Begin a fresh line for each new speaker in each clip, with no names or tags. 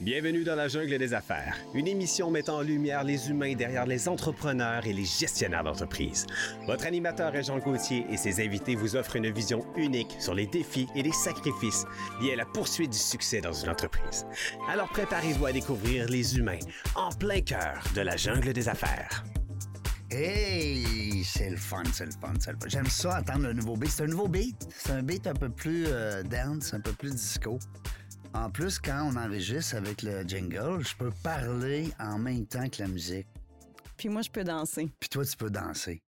Bienvenue dans la jungle des affaires, une émission mettant en lumière les humains derrière les entrepreneurs et les gestionnaires d'entreprise. Votre animateur est Jean Gauthier et ses invités vous offrent une vision unique sur les défis et les sacrifices liés à la poursuite du succès dans une entreprise. Alors préparez-vous à découvrir les humains en plein cœur de la jungle des affaires.
Hey, c'est le fun, c'est le fun, c'est le fun. J'aime ça entendre le nouveau beat. C'est un nouveau beat. C'est un beat un peu plus euh, dance, un peu plus disco. En plus, quand on enregistre avec le jingle, je peux parler en même temps que la musique.
Puis moi, je peux danser.
Puis toi, tu peux danser.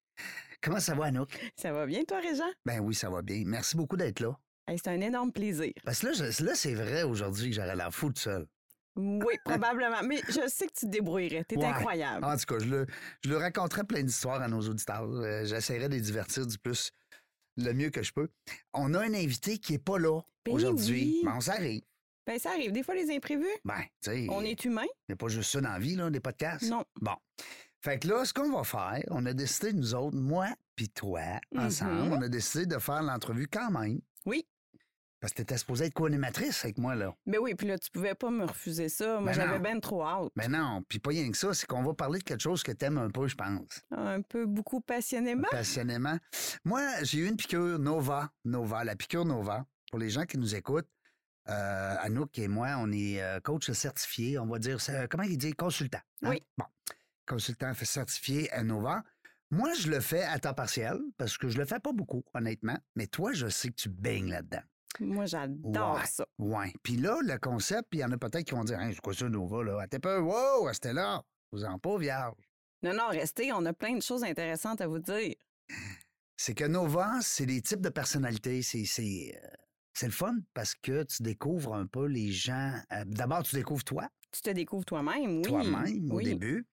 Comment ça va, Anouk?
Ça va bien, toi, Réjean?
Ben oui, ça va bien. Merci beaucoup d'être là.
Hey, c'est un énorme plaisir.
Parce que là, je- là c'est vrai aujourd'hui que j'aurais la fou tout seul.
Oui, probablement. Mais je sais que tu te débrouillerais. T'es
Ouais. Ah.
incroyable.
En tout cas, je le, je leur raconterai plein d'histoires à nos auditeurs. Euh, J'essaierai de les divertir du plus, le mieux que je peux. On a un invité qui n'est pas là
Ben
aujourd'hui.
oui.
Mais on s'arrive.
Ben, ça arrive. Des fois, les imprévus,
Ben, tu sais,
on est humain.
il n'y a pas juste ça dans la vie, là, des podcasts.
Non.
Bon. Fait que là, ce qu'on va faire, on a décidé, nous autres, moi puis toi,
Mhm.
ensemble, on a décidé de faire l'entrevue quand même.
Oui.
Parce que t'étais supposée être co-animatrice avec moi, là.
Ben oui, puis là, tu pouvais pas me refuser ça. Moi,
Ben
j'avais
non.
ben trop hâte.
Mais non, puis pas rien que ça, c'est qu'on va parler de quelque chose que t'aimes un peu, je pense.
Un peu beaucoup passionnément.
passionnément. Moi, j'ai eu une piqûre Nova, Nova, la piqûre Nova. Pour les gens qui nous écoutent, euh, Anouk et moi, on est euh, coach certifié, on va dire, euh, comment il dit, consultant. hein?
Oui.
Bon, consultant fait certifié à Nova. Moi, je le fais à temps partiel parce que je le fais pas beaucoup, honnêtement. Mais toi, je sais que tu baignes là-dedans.
Moi, j'adore
Ouais.
ça.
Ouais. Puis là, le concept, puis il y en a peut-être qui vont dire, hein, c'est quoi ça, Nova, là? T'es peu, wow, c'était là. Vous en pas, vierge.
Non, non, restez. On a plein de choses intéressantes à vous dire.
c'est que Nova, c'est des types de personnalités. C'est, c'est, euh, c'est le fun parce que tu découvres un peu les gens. Euh, d'abord, tu découvres toi,
Tu te découvres toi-même, oui.
toi-même au
oui.
début.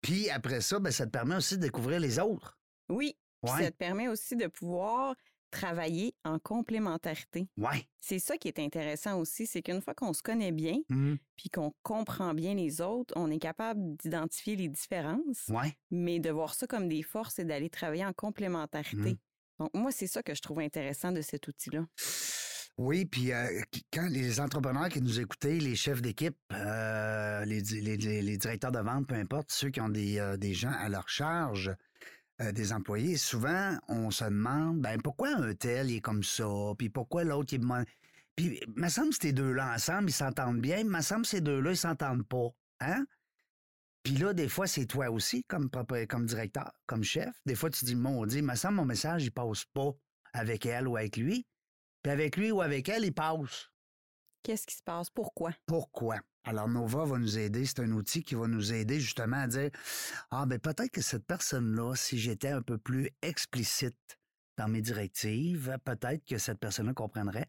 Puis après ça, ben, ça te permet aussi de découvrir les autres.
Oui. Puis
Ouais,
ça te permet aussi de pouvoir travailler en complémentarité.
ouais.
C'est ça qui est intéressant aussi, c'est qu'une fois qu'on se connaît bien,
Mhm.
puis qu'on comprend bien les autres, on est capable d'identifier les différences,
ouais.
mais de voir ça comme des forces et d'aller travailler en complémentarité.
Mmh.
Donc, moi, c'est ça que je trouve intéressant de cet outil-là.
Oui, puis euh, qui- quand les entrepreneurs qui nous écoutaient, les chefs d'équipe, euh, les, di- les- les- les directeurs de vente, peu importe, ceux qui ont des, euh, des gens à leur charge, euh, des employés, souvent on se demande ben pourquoi un tel il est comme ça, puis pourquoi l'autre il est mon- puis me semble que ces deux-là ensemble ils s'entendent bien, me semble que ces deux-là ils s'entendent pas, hein Puis là des fois c'est toi aussi comme propri- comme directeur, comme chef, des fois tu dis mon dit me semble mon message il passe pas avec elle ou avec lui. Puis avec lui ou avec elle, il passe.
Qu'est-ce qui se passe? Pourquoi?
Pourquoi? Alors, Nova va nous aider. C'est un outil qui va nous aider justement à dire Ah, ben peut-être que cette personne-là, si j'étais un peu plus explicite dans mes directives, peut-être que cette personne-là comprendrait.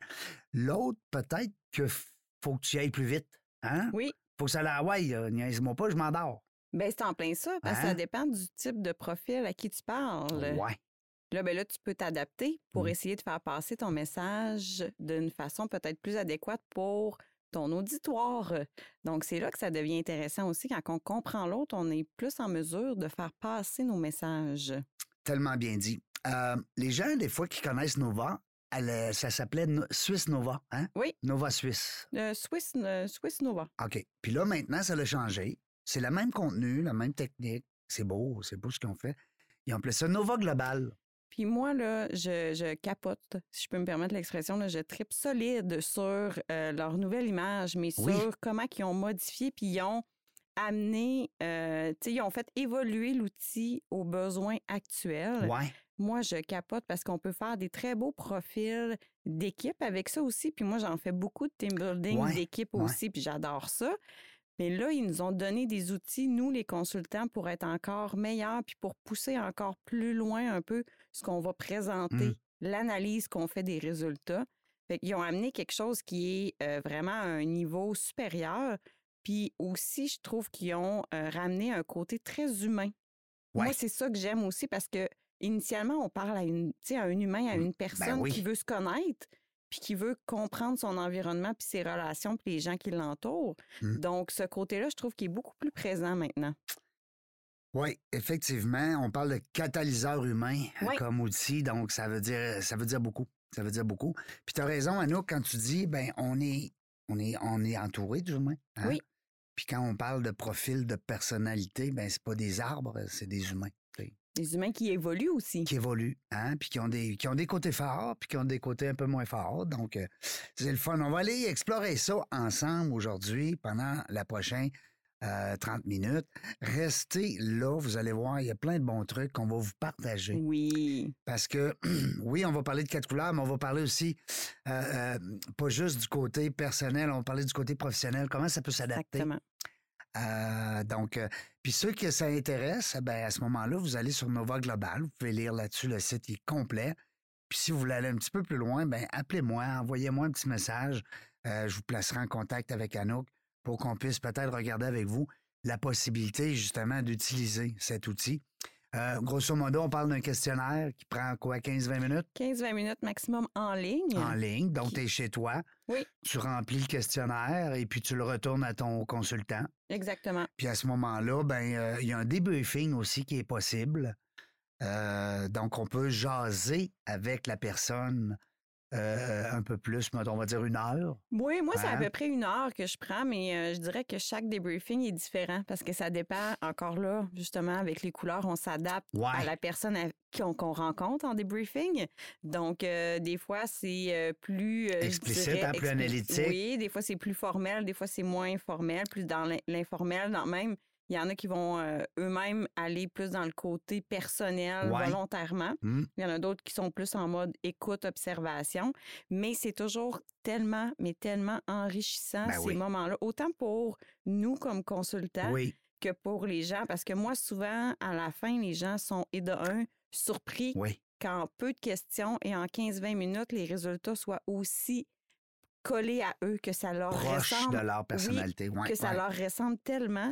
L'autre, peut-être que f- faut que tu y ailles plus vite. Hein?
Oui,
Faut que ça aille à Hawaï, là. niaise-moi pas, je m'endors.
ben c'est en plein ça, parce que
Hein?
ça dépend du type de profil à qui tu parles.
Ouais.
Là, ben là, tu peux t'adapter pour
Mhm.
essayer de faire passer ton message d'une façon peut-être plus adéquate pour ton auditoire. Donc, c'est là que ça devient intéressant aussi. Quand on comprend l'autre, on est plus en mesure de faire passer nos messages.
Tellement bien dit. Euh, les gens, des fois, qui connaissent Nova, elle, euh, ça s'appelait No- Suisse Nova, hein?
Oui.
Nova Suisse.
Euh, Swiss, euh, Swiss Nova.
OK. Puis là, maintenant, ça l'a changé. C'est le même contenu, la même technique. C'est beau, c'est beau ce qu'on fait. Ils ont appelé ça Nova Global.
Puis moi, là, je, je capote, si je peux me permettre l'expression, là, je tripe solide sur euh, leur nouvelle image, mais sur
Oui.
comment ils ont modifié, puis ils ont amené, euh, tu sais, ils ont fait évoluer l'outil aux besoins actuels.
Ouais.
Moi, je capote parce qu'on peut faire des très beaux profils d'équipe avec ça aussi. Puis moi, j'en fais beaucoup de team building
Ouais,
d'équipe
ouais.
aussi, puis j'adore ça. Mais là, ils nous ont donné des outils, nous, les consultants, pour être encore meilleurs, puis pour pousser encore plus loin un peu ce qu'on va
Mmh.
présenter, l'analyse qu'on fait des résultats. Fait qu'ils ont amené quelque chose qui est euh, vraiment à un niveau supérieur. Puis aussi, je trouve qu'ils ont euh, ramené un côté très humain.
Ouais.
Moi, c'est ça que j'aime aussi parce que initialement, on parle à, une, tu sais, à un humain, à
Mm.
une personne
oui.
qui veut se connaître, puis qui veut comprendre son environnement, puis ses relations, puis les gens qui l'entourent.
Mm.
Donc, ce côté-là, je trouve qu'il est beaucoup plus présent maintenant.
Oui, effectivement, on parle de catalyseur humain euh,
Ouais.
comme outil, donc ça veut dire ça veut dire beaucoup. Ça veut dire beaucoup. Puis tu as raison, Anouk, quand tu dis ben on est on est, on est entouré, du moins. hein?
Oui.
Puis quand on parle de profil de personnalité, ben c'est pas des arbres, c'est des humains
Les humains qui évoluent aussi.
qui évoluent, hein, puis qui ont des qui ont des côtés forts, puis qui ont des côtés un peu moins forts. Donc euh, c'est le fun. On va aller explorer ça ensemble aujourd'hui pendant la prochaine euh, 30 minutes. Restez là, vous allez voir, il y a plein de bons trucs qu'on va vous partager.
Oui.
Parce que, oui, on va parler de quatre couleurs, mais on va parler aussi, euh, euh, pas juste du côté personnel, on va parler du côté professionnel, comment ça peut s'adapter.
Exactement.
Euh, donc, euh, puis ceux que ça intéresse, ben, à ce moment-là, vous allez sur Nova Global. Vous pouvez lire là-dessus, le site est complet. Puis si vous voulez aller un petit peu plus loin, ben, appelez-moi, envoyez-moi un petit message. Euh, je vous placerai en contact avec Anouk pour qu'on puisse peut-être regarder avec vous la possibilité, justement, d'utiliser cet outil. Euh, grosso modo, on parle d'un questionnaire qui prend quoi, 15-20 minutes
15-20 minutes maximum en ligne.
en ligne. Donc, tu es chez toi.
Oui.
Tu remplis le questionnaire et puis tu le retournes à ton consultant.
Exactement.
Puis à ce moment-là, ben euh, il y a un debriefing aussi qui est possible. Euh, donc, on peut jaser avec la personne euh, un peu plus, mettons, on va dire une heure.
Oui, moi, c'est à
Hein?
peu près une heure que je prends, mais euh, je dirais que chaque débriefing est différent parce que ça dépend, encore là, justement, avec les couleurs, on s'adapte à la personne à- qu'on qu'on rencontre en débriefing. Donc, euh, des fois, c'est euh, plus... euh, je
Explicite,
dirais,
hein, plus
expli-
analytique.
Oui, des fois, c'est plus formel, des fois, c'est moins informel, plus dans l'in- l'informel, dans même... Il y en a qui vont euh, eux-mêmes aller plus dans le côté personnel,
Ouais.
volontairement.
Hmm.
Il y en a d'autres qui sont plus en mode écoute, observation. Mais c'est toujours tellement, mais tellement enrichissant
Ben
ces
oui.
moments-là, autant pour nous comme consultants
Oui.
que pour les gens. Parce que moi, souvent, à la fin, les gens sont, et de un, surpris
Oui.
qu'en peu de questions et en 15-20 minutes, les résultats soient aussi collés à eux, que ça leur
Proche de
ressemble,
leur personnalité. Ouais,
que ça
ouais.
leur ressemble tellement.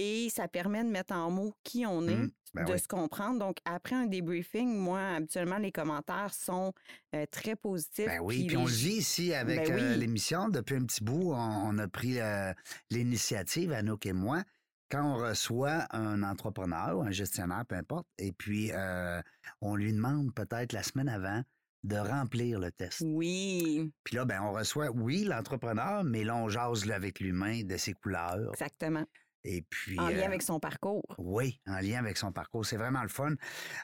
Et ça permet de mettre en mots qui on est,
Mm, ben
de
oui.
se comprendre. Donc, après un débriefing, moi, habituellement, les commentaires sont euh, très positifs.
Ben oui, puis
les
on le
gens-
vit ici avec
Ben
euh,
oui.
l'émission. Depuis un petit bout, on, on a pris euh, l'initiative, Anouk et moi, quand on reçoit un entrepreneur ou un gestionnaire, peu importe, et puis euh, on lui demande peut-être la semaine avant de remplir le test.
Oui,
Puis là, ben, on reçoit, oui, l'entrepreneur, mais là, on jase là, avec l'humain de ses couleurs.
exactement.
Et puis,
En
euh,
lien avec son parcours.
oui, en lien avec son parcours. C'est vraiment le fun.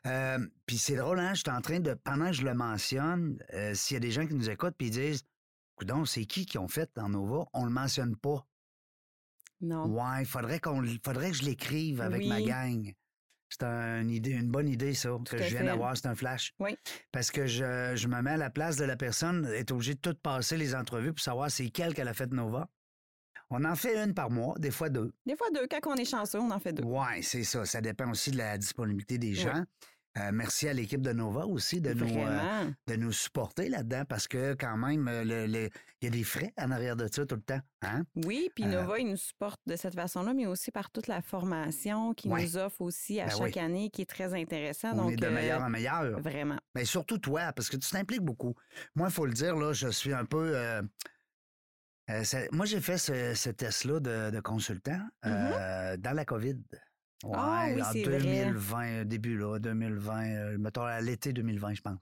Euh, puis c'est drôle, hein? Je suis en train de. Pendant que je le mentionne, euh, s'il y a des gens qui nous écoutent puis ils disent Coudon, c'est qui qui ont fait dans Nova On le mentionne pas.
Non.
Ouais, il faudrait, qu'on l- faudrait que je l'écrive avec ma
Oui.
gang. C'est un idée, une bonne idée, ça, que
à
je viens
fait.
d'avoir. C'est un flash.
Oui.
Parce que je, je me mets à la place de la personne, est obligée de tout passer les entrevues pour savoir c'est quelle qu'elle a fait Nova. On en fait une par mois, des fois deux.
Des fois, deux, quand on est chanceux, on en fait deux.
Oui, c'est ça. Ça dépend aussi de la disponibilité des
Oui.
gens. Euh, merci à l'équipe de Nova aussi de nous, euh,
Vraiment.
de nous supporter là-dedans parce que quand même, euh, le- le- il y a des frais en arrière de ça tout le temps. Hein?
Oui, puis
Euh,
Nova, il nous supporte de cette façon-là, mais aussi par toute la formation qu'il
Ouais.
nous offre aussi à
Ben
chaque
oui.
année, qui est très intéressant.
On
donc,
est de
euh,
meilleur en meilleur.
Vraiment.
Mais surtout toi, parce que tu t'impliques beaucoup. Moi, il faut le dire, là, je suis un peu. euh, euh, ça- moi, j'ai fait ce, ce test-là de, de consultant euh, dans la COVID.
Mm-hmm. Ah
Ouais,
oui,
en
c'est vrai.
2020, euh, début là, 2020, euh, mettons à l'été 2020, je pense.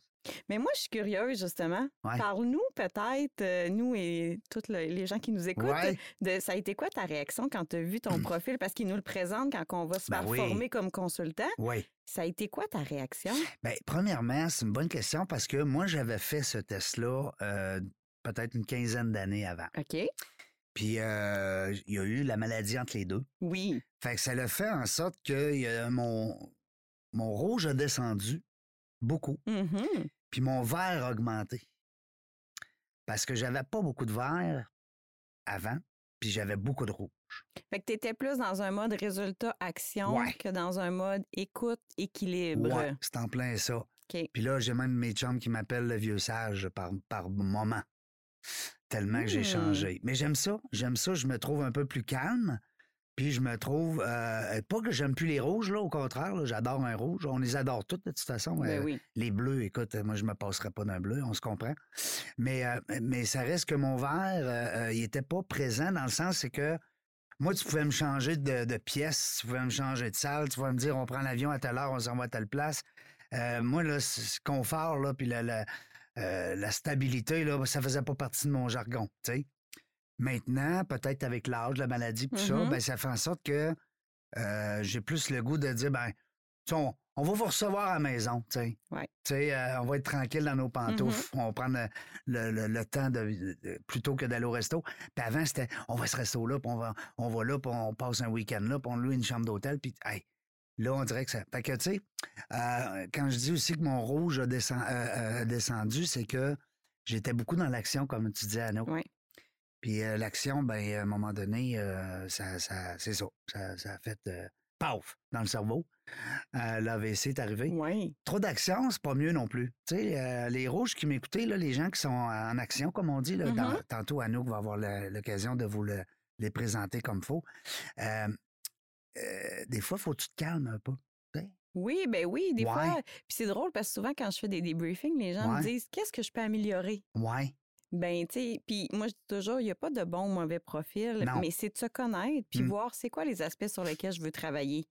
Mais moi, je suis curieuse, justement.
Ouais.
Parle-nous peut-être, euh, nous et toutes le- les gens qui nous écoutent,
Ouais.
de, ça a été quoi ta réaction quand tu as vu ton profil? Parce qu'ils nous le présentent quand on va se
Ben
faire
oui.
former comme consultant.
Oui.
Ça a été quoi ta réaction?
Bien, Ben, premièrement, c'est une bonne question parce que moi, j'avais fait ce test-là euh, peut-être une quinzaine d'années avant.
OK.
Puis, euh, il y a eu la maladie entre les deux.
Oui.
Fait que ça l'a fait en sorte que il y a mon, mon rouge a descendu beaucoup,
Mhm.
puis mon vert a augmenté. Parce que j'avais pas beaucoup de vert avant, puis j'avais beaucoup de rouge.
Fait que tu étais plus dans un mode résultat-action
Ouais.
que dans un mode écoute-équilibre.
Ouais, c'est en plein ça.
OK.
Puis là, j'ai même mes chums qui m'appellent le vieux sage par, par moment. Tellement que j'ai
Hmm.
changé. Mais j'aime ça. J'aime ça. Je me trouve un peu plus calme. Puis je me trouve. euh, pas que j'aime plus les rouges, là. Au contraire, là, j'adore un rouge. On les adore toutes, de toute façon.
Ben
Euh,
oui.
Les bleus, écoute, moi, je me passerai pas d'un bleu. On se comprend. Mais, euh, mais ça reste que mon vert, euh, euh, il était pas présent dans le sens, c'est que. Moi, tu pouvais me changer de, de pièce, tu pouvais me changer de salle, tu pouvais me dire on prend l'avion à telle heure, on s'en va à telle place. Euh, moi, là, c- ce confort, là, puis la, la, euh, la stabilité, là, ça faisait pas partie de mon jargon, tu sais. Maintenant, peut-être avec l'âge, la maladie, tout ça,
Mhm.
ben, ça fait en sorte que euh, j'ai plus le goût de dire, ben, tu sais, on, on va vous recevoir à la maison, tu sais.
Ouais.
Tu sais, euh, on va être tranquille dans nos pantoufles. On va prendre le, le- le- le temps de, de- plutôt que d'aller au resto. Puis avant, c'était, on va se resto là, puis on va, on va là, puis on passe un week-end là, puis on loue une chambre d'hôtel, puis hey, là, on dirait que ça... Fait que, tu sais, euh, quand je dis aussi que mon rouge a, descend- euh, euh, a descendu, c'est que j'étais beaucoup dans l'action, comme tu disais, Anno.
Ouais.
Puis euh, l'action, ben, à un moment donné, euh, ça, ça, c'est ça. ça. Ça a fait euh, paf dans le cerveau. Euh, L'AVC est arrivé.
Oui.
Trop d'action, c'est pas mieux non plus. Tu sais, euh, les rouges qui m'écoutaient, là, les gens qui sont en action, comme on dit, là,
Mhm.
dans- tantôt Anouk va avoir la- l'occasion de vous le- les présenter comme faut. Euh, euh, des fois, faut que tu te calmes un peu.
Oui, ben oui, des
Ouais.
fois. Puis c'est drôle parce que souvent, quand je fais des debriefings, les gens
Ouais.
me disent Qu'est-ce que je peux améliorer?
Ouais.
Ben, tu sais, puis moi, je dis toujours, il n'y a pas de bon ou mauvais profil,
Non.
mais c'est de se connaître, puis
Mm.
voir c'est quoi les aspects sur lesquels je veux travailler.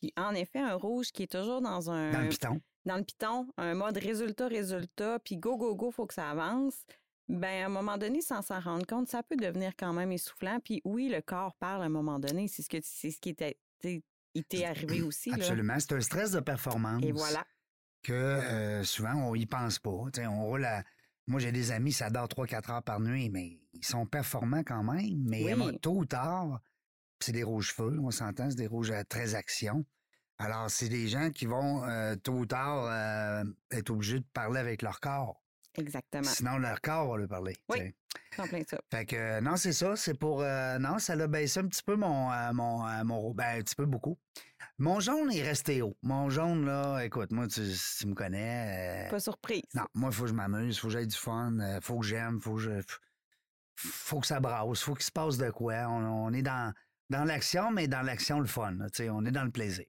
Puis en effet, un rouge qui est toujours dans un.
Dans le piton.
dans le piton, un mode résultat, résultat, puis go, go, go, faut que ça avance, ben à un moment donné, sans s'en rendre compte, ça peut devenir quand même essoufflant. Puis oui, le corps parle à un moment donné. C'est ce que c'est ce qui était, t'sais, il t'est arrivé aussi. là.
Absolument. C'est un stress de performance.
Et voilà.
que euh, souvent, on y pense pas. Tu sais, on roule à... Moi, j'ai des amis, ça dort 3-4 heures par nuit, mais ils sont performants quand même. Mais
Oui.
à mo- tôt ou tard, c'est des rouges feux, on s'entend, c'est des rouges à très action. Alors, c'est des gens qui vont, euh, tôt ou tard, euh, être obligés de parler avec leur corps.
Exactement.
Sinon, leur corps va le parler.
Oui.
tu sais.
En plein ça.
Fait que, euh, non, c'est ça, c'est pour... euh, non, ça l'a baissé un petit peu, mon... euh, mon, euh, mon rou- ben, un petit peu, beaucoup. Mon jaune est resté haut. Mon jaune, là, écoute, moi, tu, si tu me connais... euh,
Pas surprise.
non, moi, il faut que je m'amuse, il faut que j'aie du fun, il faut que j'aime, faut que je. f- faut que ça brasse, faut qu'il se passe de quoi. On, on est dans, dans l'action, mais dans l'action, le fun. là, tu sais, on est dans le plaisir.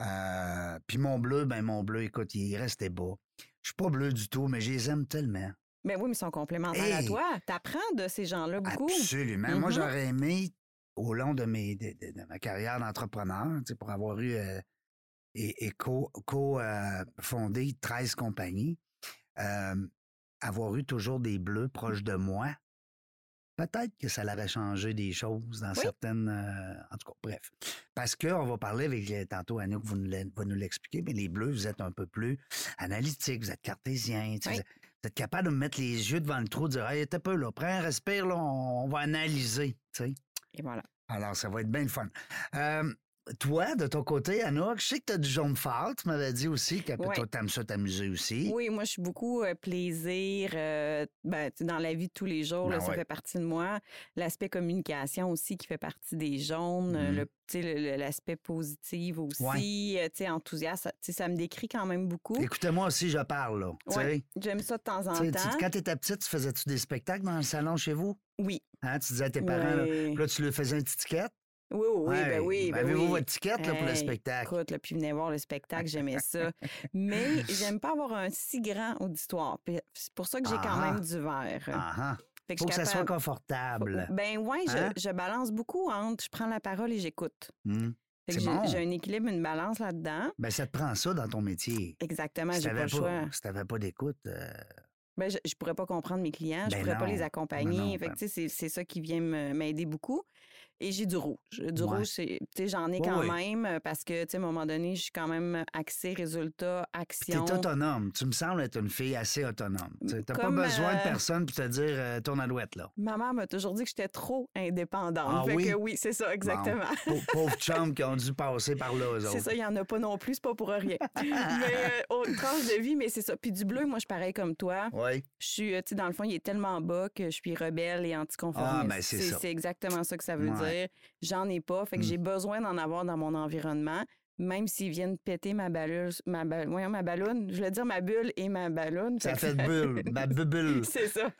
Euh, Puis mon bleu, ben mon bleu, écoute, il restait bas. Je suis pas bleu du tout, mais je les aime tellement.
Ben oui, mais ils sont complémentaires à
Hey!
toi. T'apprends de ces gens-là beaucoup.
Absolument. Moi,
Mhm.
j'aurais aimé, au long de, mes, de, de- de ma carrière d'entrepreneur, tu sais, pour avoir eu euh, et, et co, co- euh, fondé 13 compagnies, euh, avoir eu toujours des bleus proches de moi, peut-être que ça l'aurait changé des choses dans
Oui.
certaines... euh, en tout cas, bref. Parce qu'on va parler avec... les- Tantôt, Anouk vous nous l'a- va nous l'expliquer, mais les bleus, vous êtes un peu plus analytique, vous êtes cartésien, tu sais,
Oui.
vous êtes- vous êtes capable de me mettre les yeux devant le trou, de dire, hey, t'es peu là, prends un respire, là, on, on va analyser, tu sais.
Et voilà.
Alors, ça va être bien le fun. Euh, toi, de ton côté, Anouk, je sais que t'as du jaune fort, tu m'avais dit aussi que
Ouais.
toi, t'aimes ça t'amuser aussi.
Oui, moi, je suis beaucoup euh, plaisir. euh, ben, tu sais, dans la vie de tous les jours, là,
Ben
ça
ouais.
fait partie de moi. L'aspect communication aussi qui fait partie des jaunes. euh,
Mhm.
le- tu sais, le- le- L'aspect positif aussi. euh, tu sais, enthousiaste. ça- tu sais, Ça me décrit quand même beaucoup.
Écoutez-moi aussi, je parle, là. tu
Ouais,
sais.
J'aime ça de temps en
Tu sais, tu-
temps.
quand t'étais petite, tu faisais-tu des spectacles dans le salon chez vous?
Oui.
Hein, tu disais à tes parents, là,
Ouais.
Puis là, tu lui faisais une petite ticket?
Oui, oui, oui, ben oui. ben
Avez-vous
oui.
votre ticket là, pour le
Hey,
spectacle?
Écoute, là, puis venez voir le spectacle, j'aimais ça. Mais j'aime pas avoir un si grand auditoire. Puis C'est pour ça que j'ai quand
Ah.
même du verre.
Ah, ah.
Fait que
Faut
je
que
suis
ça soit
capable-
confortable.
Ben ouais, je-
Hein?
je, balance beaucoup entre je prends la parole et j'écoute.
Hmm.
Fait
C'est
que j'ai
bon.
j'ai un équilibre, une balance là-dedans.
Ben, ça te prend ça dans ton métier.
Exactement,
si
j'ai pas
t'avais
le choix.
pas, si t'avais pas d'écoute, euh,
Ben, je, je pourrais pas comprendre mes clients, je
Ben
pourrais pas
non.
les accompagner.
Non, non,
Fait que,
ben-
tu sais, c'est c'est ça qui vient me- m'aider beaucoup. Et j'ai du rouge. Du
Ouais.
rouge, c'est- tu sais, j'en
Ouais,
ai quand
ouais.
même euh, parce que, tu sais, à un moment donné, je suis quand même axée résultat,
t'es
action.
autonome. Tu me sembles être une fille assez autonome. Tu sais, T'as pas
Comme,
besoin de
euh,
personne pour te dire euh, tourne à l'ouette, là.
Ma mère m'a toujours dit que j'étais trop indépendante.
Ah
fait
oui?
que oui, c'est ça, exactement.
Pau- Pauvres chums qui ont dû passer par là, eux
C'est
autres.
ça, il n'y en a pas non plus, c'est pas pour rien. mais euh, autre tranche de vie, mais c'est ça. Puis du bleu, moi, je suis pareil comme toi.
Oui.
Je suis, euh, tu sais, dans le fond, il est tellement bas que je suis rebelle et anticonformiste.
Ah, ben, c'est ça.
C'est exactement ça que ça veut
Ouais.
dire. J'en ai pas, fait que
Mm.
j'ai besoin d'en avoir dans mon environnement, même s'ils viennent péter ma ballule, ma, ba- voyons, ma balloune. Je voulais dire ma bulle et ma balloune.
Ça
que
fait bulle. Ma bulle.
c'est ça.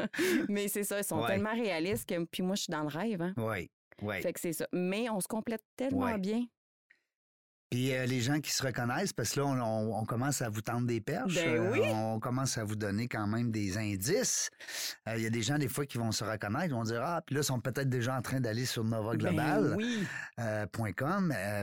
Mais c'est ça, ils sont
Ouais.
tellement réalistes que, puis moi, je suis dans le rêve. hein.
Oui. Oui.
Fait que c'est ça. Mais on se complète tellement
Ouais.
bien.
Puis euh, les gens qui se reconnaissent, parce que là, on, on- on commence à vous tendre des perches. euh,
Ben oui.
on commence à vous donner quand même des indices. Euh, Il y a des gens, des fois, qui vont se reconnaître, ils vont dire Ah, puis là, ils sont peut-être déjà en train d'aller sur
Ben
novaglobal.com,
oui.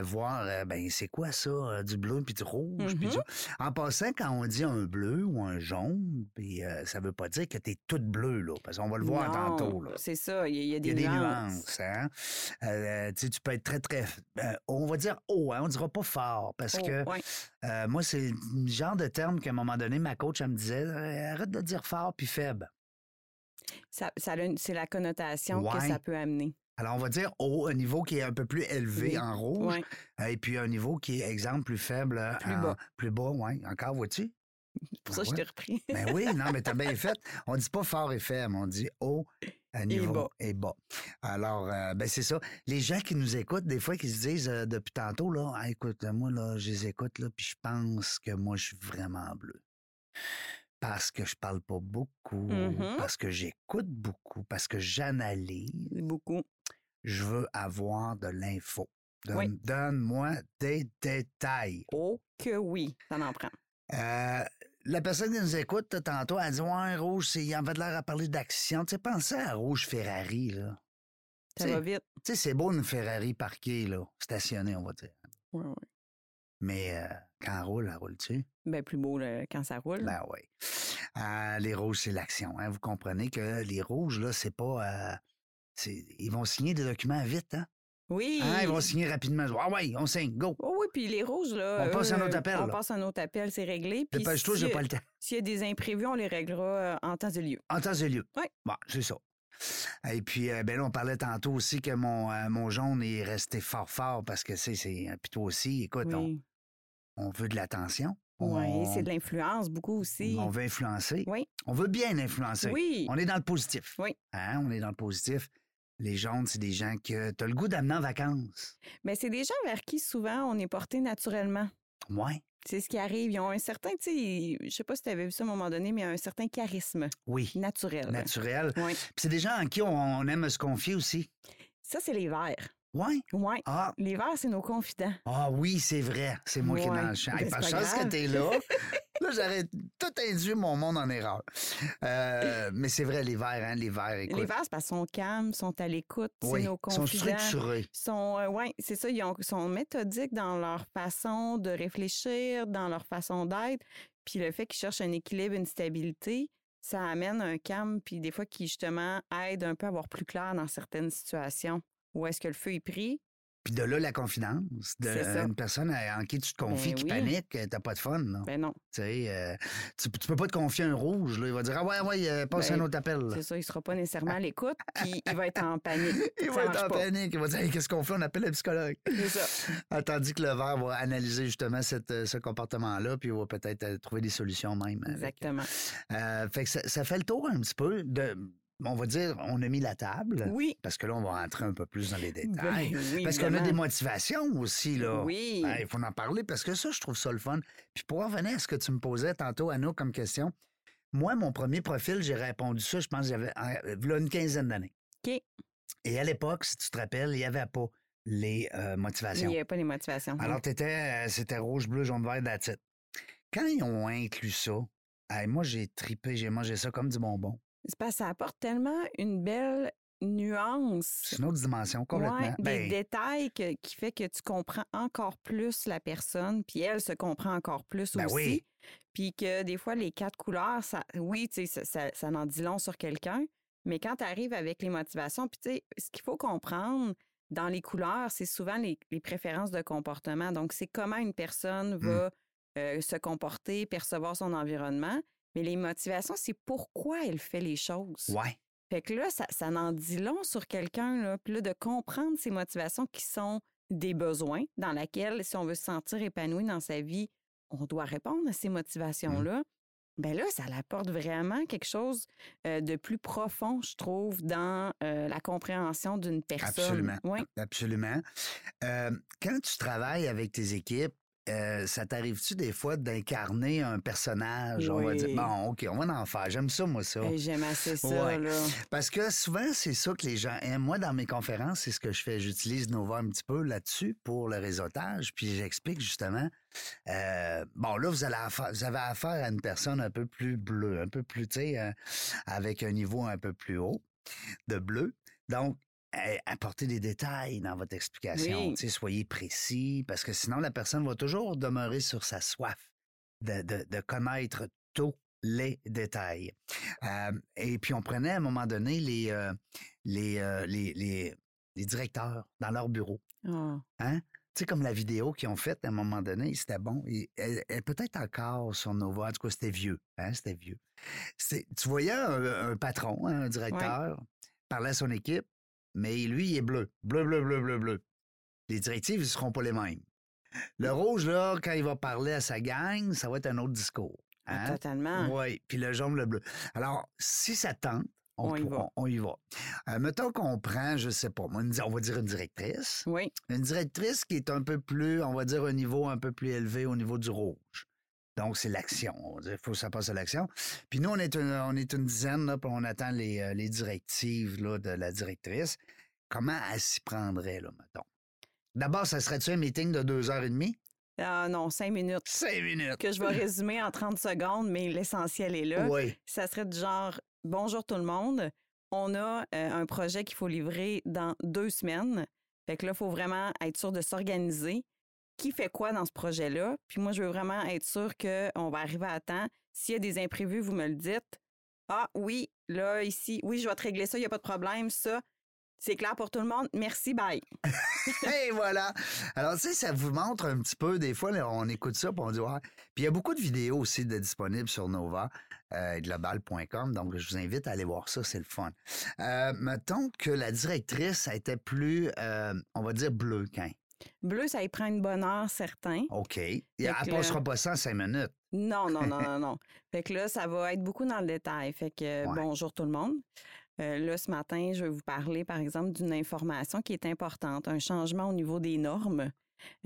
voir, euh, ben, c'est quoi ça, euh, du bleu, puis du rouge, puis
Mhm.
du- En passant, quand on dit un bleu ou un jaune, puis euh, ça veut pas dire que t'es toute bleue, là, parce qu'on va le voir
Non,
tantôt, là.
C'est ça, il y, a- il y a
Il y
des
a des
nuances.
nuances. hein. Euh, tu sais, tu peux être très, très. euh, on va dire haut, hein, on dira pas fort, parce
Oh,
que
ouais.
euh, moi, c'est le genre de terme qu'à un moment donné, ma coach, elle me disait Euh, arrête de dire fort puis faible.
Ça- ça a une- c'est la connotation que
Ouais.
ça peut amener.
Alors, on va dire haut, un niveau qui est un peu plus élevé
Oui.
en rouge,
Ouais.
euh, et puis un niveau qui est, exemple, plus faible euh,
Plus
en-
bas.
Plus bas, oui. Encore, vois-tu?
Pour ça,
Ah
je
ouais.
t'ai repris.
Ben oui, non, mais t'as bien fait. On dit pas fort et faible, on dit haut, à niveau
bas.
et bas. Alors, euh, ben c'est ça. Les gens qui nous écoutent, des fois, qui se disent euh, depuis tantôt, là, Ah, écoute, moi, là, je les écoute, là, puis je pense que moi, je suis vraiment bleu. Parce que je parle pas beaucoup,
Mhm.
parce que j'écoute beaucoup, parce que j'analyse,
Beaucoup.
je veux avoir de l'info. Donne-
Oui.
Donne-moi des détails.
Oh que oui, ça en prend.
Euh, la personne qui nous écoute, là, tantôt, elle dit Ouais, rouge, c'est... il en avait de l'air à parler d'action. Tu sais, pensez à rouge Ferrari, là. Tu
Ça
sais,
va vite.
Tu sais, c'est beau une Ferrari parquée, là, stationnée, on va dire.
Ouais, ouais.
Mais euh, quand elle roule, elle roule-tu?
Ben, plus beau là, quand ça roule.
Ben oui. Euh, les rouges, c'est l'action. hein. Vous comprenez que les rouges, là, c'est pas. euh, c'est- Ils vont signer des documents vite, hein?
oui.
Hein, ils vont signer rapidement. Ah ouais, on signe, go!
Oh oui, puis les rouges, là.
On passe à un
euh,
autre appel,
On
là.
passe à un autre appel, c'est réglé. Puis
Dépêche-toi, j'ai
si-
pas le temps.
S'il y a des imprévus, on les réglera euh, en temps et lieu.
En temps et lieu.
Oui.
Bon, c'est ça. Et puis, euh, ben là, on parlait tantôt aussi que mon, euh, mon jaune est resté fort fort parce que, c'est, c'est. euh, Puis toi aussi, écoute, on,
Oui,
on veut de l'attention.
Ouais,
on,
c'est de l'influence beaucoup aussi.
on veut influencer.
Oui.
On veut bien influencer.
Oui.
On est dans le positif.
Oui.
Hein, on est dans le positif. Les jaunes, c'est des gens que t'as le goût d'amener en vacances.
Mais c'est des gens vers qui souvent on est porté naturellement.
Ouais.
C'est ce qui arrive. Ils ont un certain, tu sais, ils- je sais pas si tu avais vu ça à un moment donné, mais un certain charisme
Oui.
naturel.
Naturel.
Ouais.
Puis c'est des gens en qui on, on aime se confier aussi.
Ça, c'est les verts.
Ouais.
Ouais.
Ah,
Les verts, c'est nos confidents.
Ah oui, c'est vrai. C'est moi qui est
Ouais.
dans le champ.
Ben,
Hey,
c'est
pas
pas
chance que
grave.
t'es là. Là, j'aurais tout induit mon monde en erreur. Euh, mais c'est vrai, les verts, hein, les verts, écoute.
Les verts, c'est parce qu'ils sont calmes, sont à l'écoute,
oui,
c'est nos
ils sont
confidents.
structurés.
sont, euh, ouais, c'est ça, ils ont- sont méthodiques dans leur façon de réfléchir, dans leur façon d'être. Puis le fait qu'ils cherchent un équilibre, une stabilité, ça amène un calme, puis des fois qui justement aide un peu à voir plus clair dans certaines situations. Où est-ce que le feu est pris?
Puis de là, la confidence. De,
C'est ça.
Une personne à- en qui tu te confies,
Ben
qui
oui.
panique, euh, t'as pas de fun. là.
Ben non,
Tu sais, euh, tu, tu peux pas te confier un rouge. Là. Il va dire Ah ouais, ouais, euh, passe
Ben,
un autre appel. là.
c'est ça, il sera pas nécessairement à l'écoute, puis il va être en panique.
Il
Ça
va être
marche
en
pas.
panique. Il va dire Hey, Qu'est-ce qu'on fait On appelle le psychologue.
C'est ça.
Ah, Tandis que le vert va analyser justement cette, euh, ce comportement-là, puis va peut-être euh, trouver des solutions même. avec, euh,
Exactement.
Euh, fait que ça, ça fait le tour un petit peu de. On va dire, on a mis la table,
Oui.
parce que là, on va rentrer un peu plus dans euh, les détails.
Ben oui,
parce qu'on a des
évidemment.
motivations aussi, là.
Oui.
Ben, Il faut en parler, parce que ça, je trouve ça le fun. Puis pour revenir à ce que tu me posais tantôt, Anna, comme question, moi, mon premier profil, j'ai répondu ça, je pense, que j'avais euh, v'là une quinzaine d'années.
OK.
Et à l'époque, si tu te rappelles, il n'y avait pas les euh,
Il
motivations.
n'y a pas les motivations.
Alors, t'étais, euh, c'était rouge, bleu, jaune, vert, that's it. Quand ils ont inclus ça, hey, moi, j'ai tripé, j'ai mangé ça comme du bonbon.
C'est parce que ça apporte tellement une belle nuance.
C'est une autre dimension, complètement.
Ouais, des
Ben,
détails que- qui fait que tu comprends encore plus la personne, puis elle se comprend encore plus
Ben
aussi.
oui.
Puis que des fois, les quatre couleurs, ça, oui, tu sais, ça, ça, ça en dit long sur quelqu'un, mais quand tu arrives avec les motivations, puis tu sais, ce qu'il faut comprendre dans les couleurs, c'est souvent les, les préférences de comportement. Donc, c'est comment une
Mmh
personne va euh, se comporter, percevoir son environnement. Mais les motivations, c'est pourquoi elle fait les choses.
ouais.
Fait que là, ça, ça en dit long sur quelqu'un, là. Puis là, de comprendre ses motivations qui sont des besoins dans laquelle, si on veut se sentir épanoui dans sa vie, on doit répondre à
Mmh.
ces motivations-là. Ben là, ça l'apporte vraiment quelque chose euh, de plus profond, je trouve, dans euh, la compréhension d'une personne.
Absolument.
Oui,
Absolument. Euh, quand tu travailles avec tes équipes, euh, ça t'arrive-tu des fois d'incarner un personnage? On va
Oui.
dire, bon, OK, on va en faire. J'aime ça, moi, ça.
Hey, J'aime assez ça,
Ah. Ouais.
là.
Parce que souvent, c'est ça que les gens aiment. Moi, dans mes conférences, c'est ce que je fais. J'utilise Nova un petit peu là-dessus pour le réseautage. Puis j'explique justement. euh, bon, là, vous, allez affa- vous avez affaire à une personne un peu plus bleue, un peu plus, tu sais, euh, avec un niveau un peu plus haut de bleu. Donc, euh, apportez des détails dans votre explication.
Oui.
Tu sais, Soyez précis, parce que sinon, la personne va toujours demeurer sur sa soif de, de- de connaître tous les détails. Euh, et puis, on prenait à un moment donné les, euh, les, euh, les, les- les directeurs dans leur bureau.
Ah.
Tu sais, comme la vidéo qu'ils ont faite à un moment donné, c'était bon. Et, elle- elle est peut-être encore sur Nova. En tout cas, c'était vieux. Hein, c'était vieux. C'est- Tu voyais un, un patron, hein, un directeur, parler à son équipe, mais lui, il est bleu. Bleu, bleu, bleu, bleu, bleu. Les directives ne seront pas les mêmes.
Mmh.
Le rouge, là, quand il va parler à sa gang, ça va être un autre discours.
Ah,
hein.
Totalement.
Oui, puis le jaune, le bleu. Alors, si ça tente, on,
On y
pour-
va.
on- on y va. Euh, mettons qu'on prend, je sais pas, moi, une- on va dire une directrice.
Oui.
Une directrice qui est un peu plus, on va dire, un niveau un peu plus élevé au niveau du rouge. Donc, c'est l'action. Il faut que ça passe à l'action. Puis nous, on est une, on est une dizaine, là, puis on attend les, euh, les directives là, de la directrice. Comment elle s'y prendrait, là, mettons? D'abord, ça serait-tu un meeting de deux heures et demie?
Ah non, cinq minutes.
Cinq minutes!
Que je vais résumer en 30 secondes, mais l'essentiel est là.
Oui,
Ça serait du genre Bonjour tout le monde. On a euh, un projet qu'il faut livrer dans deux semaines. Fait que là, il faut vraiment être sûr de s'organiser. Qui fait quoi dans ce projet-là? Puis moi, je veux vraiment être sûr qu'on va arriver à temps. S'il y a des imprévus, vous me le dites. Ah oui, là, ici, oui, je vais te régler ça, il n'y a pas de problème, ça. C'est clair pour tout le monde. Merci, bye.
et voilà. Alors, tu sais, ça vous montre un petit peu, des fois, là, on écoute ça, puis on dit, ouais. Puis il y a beaucoup de vidéos aussi de disponibles sur Nova, euh, global.com, donc je vous invite à aller voir ça, c'est le fun. Euh, mettons que la directrice elle était plus, euh, on va dire, bleu qu'un.
Bleu, ça y prend une bonne heure, certain.
OK. Et
Fait
elle
que
passera pas ça en cinq minutes.
Non, non, non, non, non. Fait que là, ça va être beaucoup dans le détail. Fait que euh,
Ouais.
bonjour tout le monde. Euh, là, ce matin, je vais vous parler, par exemple, d'une information qui est importante, un changement au niveau des normes.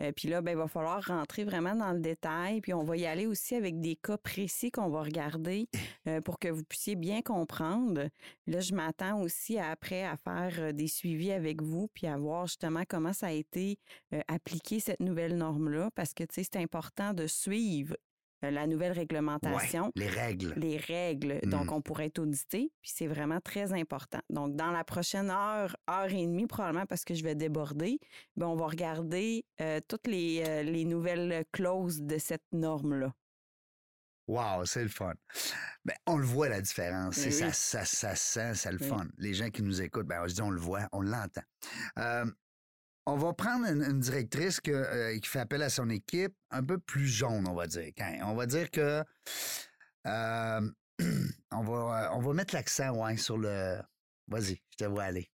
Euh, puis là, ben, il va falloir rentrer vraiment dans le détail. Puis on va y aller aussi avec des cas précis qu'on va regarder euh, pour que vous puissiez bien comprendre. Là, je m'attends aussi à, après à faire euh, des suivis avec vous, puis à voir justement comment ça a été euh, appliqué, cette nouvelle norme-là, parce que, tu sais, c'est important de suivre euh, la nouvelle réglementation
Les règles.
les règles.
Mm.
Donc, on pourrait être audité, puis c'est vraiment très important. Donc, dans la prochaine heure, heure et demie, probablement parce que je vais déborder, ben, on va regarder euh, toutes les, euh, les nouvelles clauses de cette norme-là.
Wow, c'est le fun. Ben, on le voit la différence.
Mais
C'est
oui.
ça, ça, ça sent, c'est le
Oui.
fun. Les gens qui nous écoutent, ben, on se dit, on le voit, on l'entend. Euh, on va prendre une, une directrice que, euh, qui fait appel à son équipe un peu plus jaune, on va dire. Quand- on va dire que euh, on, va, euh, on va mettre l'accent ouais, sur le. Vas-y, je te vois aller.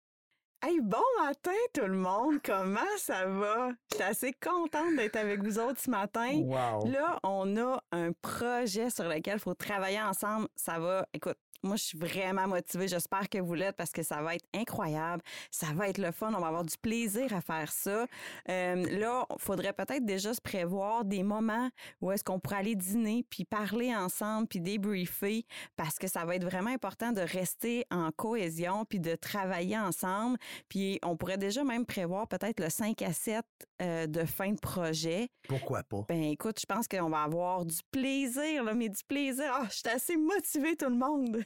Hey, bon matin tout le monde! Comment ça va? Je suis assez contente d'être avec vous autres ce matin.
Wow.
Là, on a un projet sur lequel il faut travailler ensemble. Ça va, écoute, moi, je suis vraiment motivée. J'espère que vous l'êtes parce que ça va être incroyable. Ça va être le fun. On va avoir du plaisir à faire ça. Euh, là, il faudrait peut-être déjà se prévoir des moments où est-ce qu'on pourrait aller dîner, puis parler ensemble, puis débriefer, parce que ça va être vraiment important de rester en cohésion, puis de travailler ensemble. Puis on pourrait déjà même prévoir peut-être le 5 à 7 euh, de fin de projet.
Pourquoi pas?
Ben écoute, je pense qu'on va avoir du plaisir, là, mais du plaisir. Ah, je suis assez motivée, tout le monde.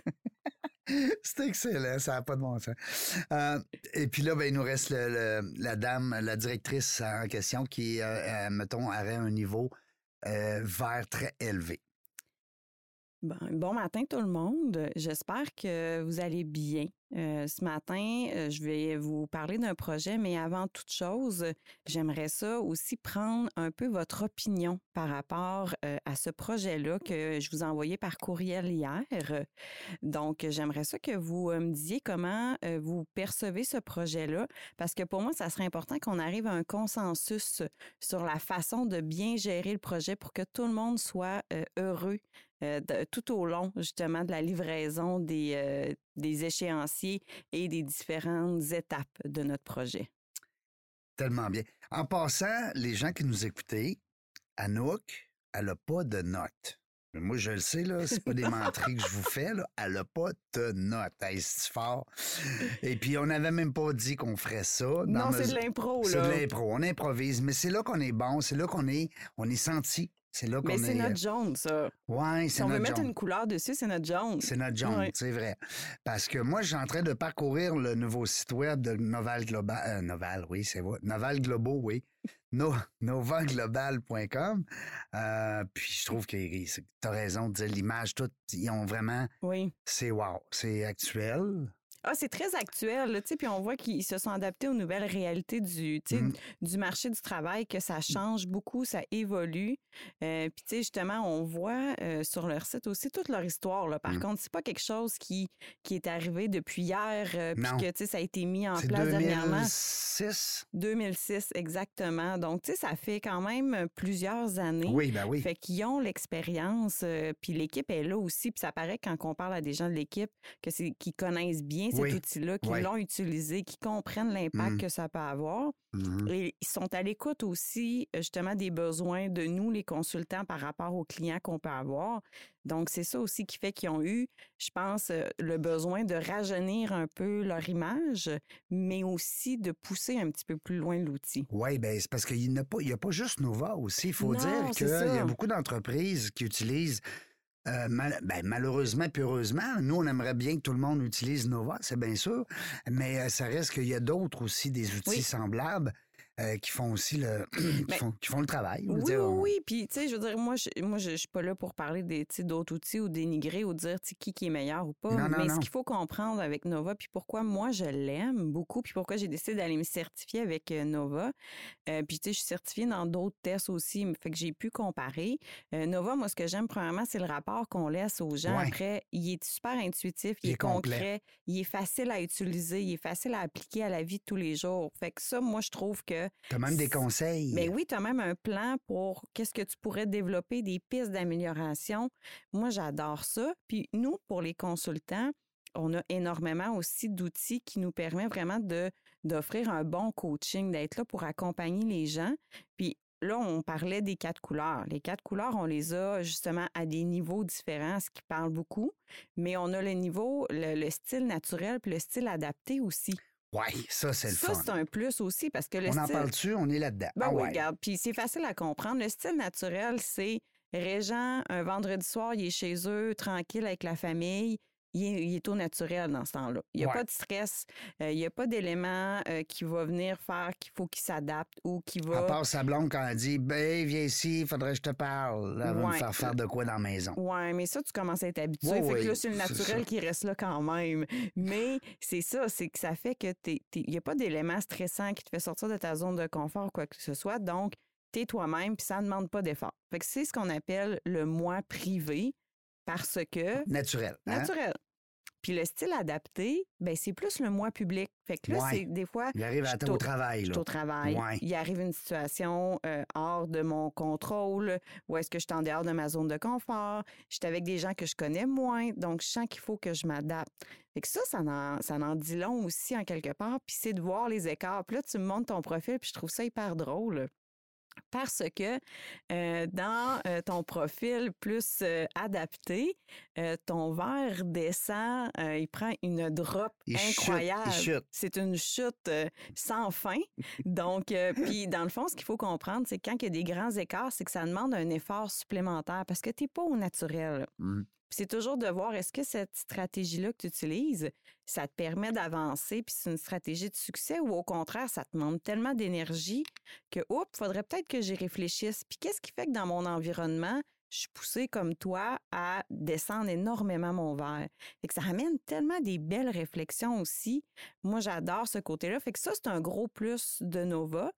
C'est excellent, ça n'a pas de bon sens. Euh, et puis là, ben, il nous reste le- le- la dame, la directrice en question qui, euh, euh, mettons, aurait un niveau euh, vert très élevé.
Bon, Ben, bon matin, tout le monde. J'espère que vous allez bien. Euh, ce matin, euh, je vais vous parler d'un projet, mais avant toute chose, j'aimerais ça aussi prendre un peu votre opinion par rapport euh, à ce projet-là que je vous ai envoyé par courriel hier. Donc, j'aimerais ça que vous euh, me disiez comment euh, vous percevez ce projet-là, parce que pour moi, ça serait important qu'on arrive à un consensus sur la façon de bien gérer le projet pour que tout le monde soit euh, heureux euh, de- tout au long justement de la livraison des, euh, des échéanciers et des différentes étapes de notre projet.
Tellement bien. En passant, les gens qui nous écoutaient, Anouk, elle n'a pas de notes. Mais Moi, je le sais, là, c'est pas des menteries que je vous fais, là. Elle n'a pas de notes. Hey, c'est fort. Et puis, on n'avait même pas dit qu'on ferait ça. dans
non,
la
c'est de
mesure-
l'impro,
c'est de
là.
l'impro. On improvise, mais c'est là qu'on est bon, c'est là qu'on est, on est senti. C'est là qu'on
Mais c'est
est. euh,
notre jaune, ça.
Ouais,
Si
c'est
on veut
notre
mettre
jaune.
une couleur dessus, c'est notre jaune.
C'est notre jaune,
Ouais.
c'est vrai. Parce que moi, je suis en train de parcourir le nouveau site web de Noval Global. euh, Noval, oui, c'est vrai. Noval Globo, oui. No, novaglobal.com. Euh, puis je trouve que tu as raison de dire l'image, tout, ils ont vraiment.
Oui.
C'est wow, c'est actuel.
Ah, c'est très actuel, là, tu sais, puis on voit qu'ils se sont adaptés aux nouvelles réalités du, tu sais,
Mm.
du marché du travail, que ça change beaucoup, ça évolue. Euh, puis, tu sais, justement, on voit euh, sur leur site aussi toute leur histoire, là. Par
Mm.
contre, c'est pas quelque chose qui, qui est arrivé depuis hier, euh, puis
Non.
que, tu sais, ça a été mis en
C'est
place dernièrement.
2006.
2006, exactement. Donc, tu sais, ça fait quand même plusieurs années.
Oui, ben oui.
Fait qu'ils ont l'expérience, euh, puis l'équipe est là aussi, puis ça paraît quand on parle à des gens de l'équipe que c'est qu'ils connaissent bien cet
Oui.
outil-là, qu'ils
Oui.
l'ont utilisé, qu'ils comprennent l'impact
Mm.
que ça peut avoir.
Mhm.
Et ils sont à l'écoute aussi euh, justement des besoins de nous, les consultants, par rapport aux clients qu'on peut avoir. Donc c'est ça aussi qui fait qu'ils ont eu, je pense, euh, le besoin de rajeunir un peu leur image, mais aussi de pousser un petit peu plus loin l'outil.
Oui, ben c'est parce qu'il n'y a, pas- il y a pas juste Nova aussi. Il faut
Non,
dire
c'est
qu'il y
ça.
a beaucoup d'entreprises qui utilisent, euh, mal- ben, malheureusement puis heureusement, nous, on aimerait bien que tout le monde utilise Nova, c'est bien sûr, mais euh, ça reste qu'il y a d'autres aussi, des outils
Oui. semblables
euh, qui font aussi le, qui,
Ben,
font, qui font le travail. je veux
Oui,
dire, hein.
oui,
on-
oui. Puis, tu sais, je veux dire, moi, je, moi, je, je suis pas là pour parler des, tu sais, d'autres outils ou dénigrer ou dire, tu sais, qui, qui est meilleur ou pas.
Non, non,
Mais
non.
ce qu'il faut comprendre avec Nova, puis pourquoi moi, je l'aime beaucoup, puis pourquoi j'ai décidé d'aller me certifier avec euh, Nova. Euh, puis, tu sais, je suis certifiée dans d'autres tests aussi, mais fait que j'ai pu comparer. Euh, Nova, moi, ce que j'aime, premièrement, c'est le rapport qu'on laisse aux gens.
Ouais.
Après, il est super intuitif, il,
Il
est
est complet.
concret, il est facile à utiliser, il est facile à appliquer à la vie de tous les jours. Fait que ça, moi, je trouve que
T'as même des
C'est-
conseils.
mais oui, tu as même un plan pour qu'est-ce que tu pourrais développer, des pistes d'amélioration. Moi, j'adore ça. Puis nous, pour les consultants, on a énormément aussi d'outils qui nous permettent vraiment de d'offrir un bon coaching, d'être là pour accompagner les gens. Puis là, on parlait des quatre couleurs. Les quatre couleurs, on les a justement à des niveaux différents, ce qui parle beaucoup. Mais on a le niveau, le, le style naturel, puis le style adapté aussi.
Oui, ça, c'est le fun.
Ça, c'est un plus aussi parce que le
On en
style...
parle-tu? On est là-dedans.
Ben
ah
oui,
ouais.
regarde. Puis c'est facile à comprendre. Le style naturel, c'est Régent, un vendredi soir, il est chez eux, tranquille avec la famille. Il est, il est au naturel dans ce temps-là. Il n'y a
Ouais.
pas de stress, euh, il n'y a pas d'élément euh, qui va venir faire qu'il faut qu'il s'adapte ou qui
À
va.
part sa blonde quand elle dit, ben, viens ici, faudrait que je te parle. Elle va me
Ouais.
faire faire de quoi dans la maison.
Ouais, mais ça, tu commences à être habitué.
Ouais,
fait que
ouais,
là, c'est le
c'est
naturel
ça.
qui reste là quand même. Mais c'est ça, c'est que ça fait que t'es- t'es- il n'y a pas d'élément stressant qui te fait sortir de ta zone de confort ou quoi que ce soit. Donc, t'es toi-même, puis ça ne demande pas d'effort. Fait que c'est ce qu'on appelle le moi privé parce que
Naturel. hein?
naturel. Puis le style adapté, ben c'est plus le moi public. Fait que là,
Ouais.
c'est des fois,
Il arrive
Je
à
suis
temps
au-
au travail,
je
là.
suis au travail.
Ouais.
Il arrive une situation euh, hors de mon contrôle, ou est-ce que je suis en dehors de ma zone de confort, je suis avec des gens que je connais moins, donc je sens qu'il faut que je m'adapte. Fait que ça, ça en, ça en dit long aussi en quelque part, puis c'est de voir les écarts. Puis là, tu me montres ton profil, puis je trouve ça hyper drôle. Parce que euh, dans euh, ton profil plus euh, adapté, euh, ton verre descend, euh, il prend une drop
Il chute,
incroyable.
il chute.
C'est une chute euh, sans fin. Donc, euh, puis dans le fond, ce qu'il faut comprendre, c'est que quand il y a des grands écarts, c'est que ça demande un effort supplémentaire parce que tu n'es pas au naturel.
Mm.
Puis C'est toujours de voir est-ce que cette stratégie-là que tu utilises, ça te permet d'avancer, puis c'est une stratégie de succès ou au contraire, ça te demande tellement d'énergie que, oups, faudrait peut-être que j'y réfléchisse. Puis qu'est-ce qui fait que dans mon environnement, je suis poussée comme toi à descendre énormément mon verre. Fait que ça amène tellement des belles réflexions aussi. Moi, j'adore ce côté-là. Fait que ça, c'est un gros plus de Nova.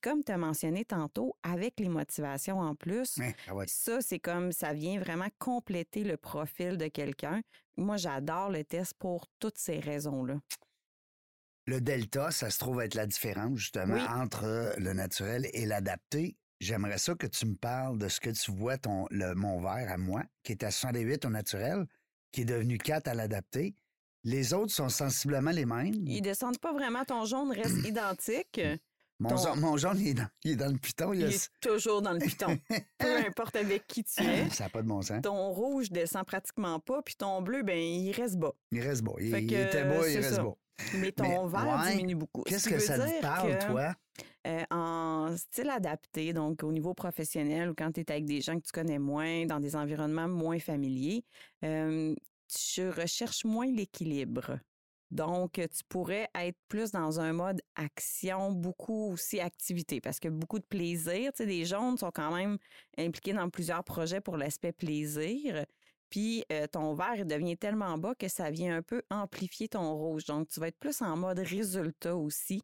Puis comme tu as mentionné tantôt, avec les motivations en plus,
Hein, ça va être-
ça, c'est comme ça vient vraiment compléter le profil de quelqu'un. Moi, j'adore le test pour toutes ces raisons-là.
Mmh. Le delta, ça se trouve être la différence, justement,
Oui.
entre le naturel et l'adapté. J'aimerais ça que tu me parles de ce que tu vois, ton, le, mon verre à moi, qui est à 68 au naturel, qui est devenu 4 à l'adapté. Les autres sont sensiblement les mêmes.
Ils descendent pas vraiment, ton jaune reste identique.
Mon,
Ton-
jaune- mon jaune, il est, dans, il est dans le piton. il
Il
a-
est toujours dans le piton. Peu importe avec qui tu es.
Ça n'a pas de bon sens.
Ton rouge descend pratiquement pas, puis ton bleu, ben il reste bas.
Il reste beau. Il,
Fait
il
que,
était beau, il
c'est
reste
ça.
beau.
Mais ton
Mais,
vert
ouais,
diminue beaucoup. Ce
Qu'est-ce que
qui veut
ça te
dire
parle,
que,
toi?
euh, en style adapté, donc au niveau professionnel ou quand tu es avec des gens que tu connais moins, dans des environnements moins familiers, euh, tu recherches moins l'équilibre. Donc, tu pourrais être plus dans un mode action, beaucoup aussi activité, parce que beaucoup de plaisir, tu sais, les jaunes sont quand même impliqués dans plusieurs projets pour l'aspect plaisir. Puis euh, ton vert il devient tellement bas que ça vient un peu amplifier ton rouge. Donc, tu vas être plus en mode résultat aussi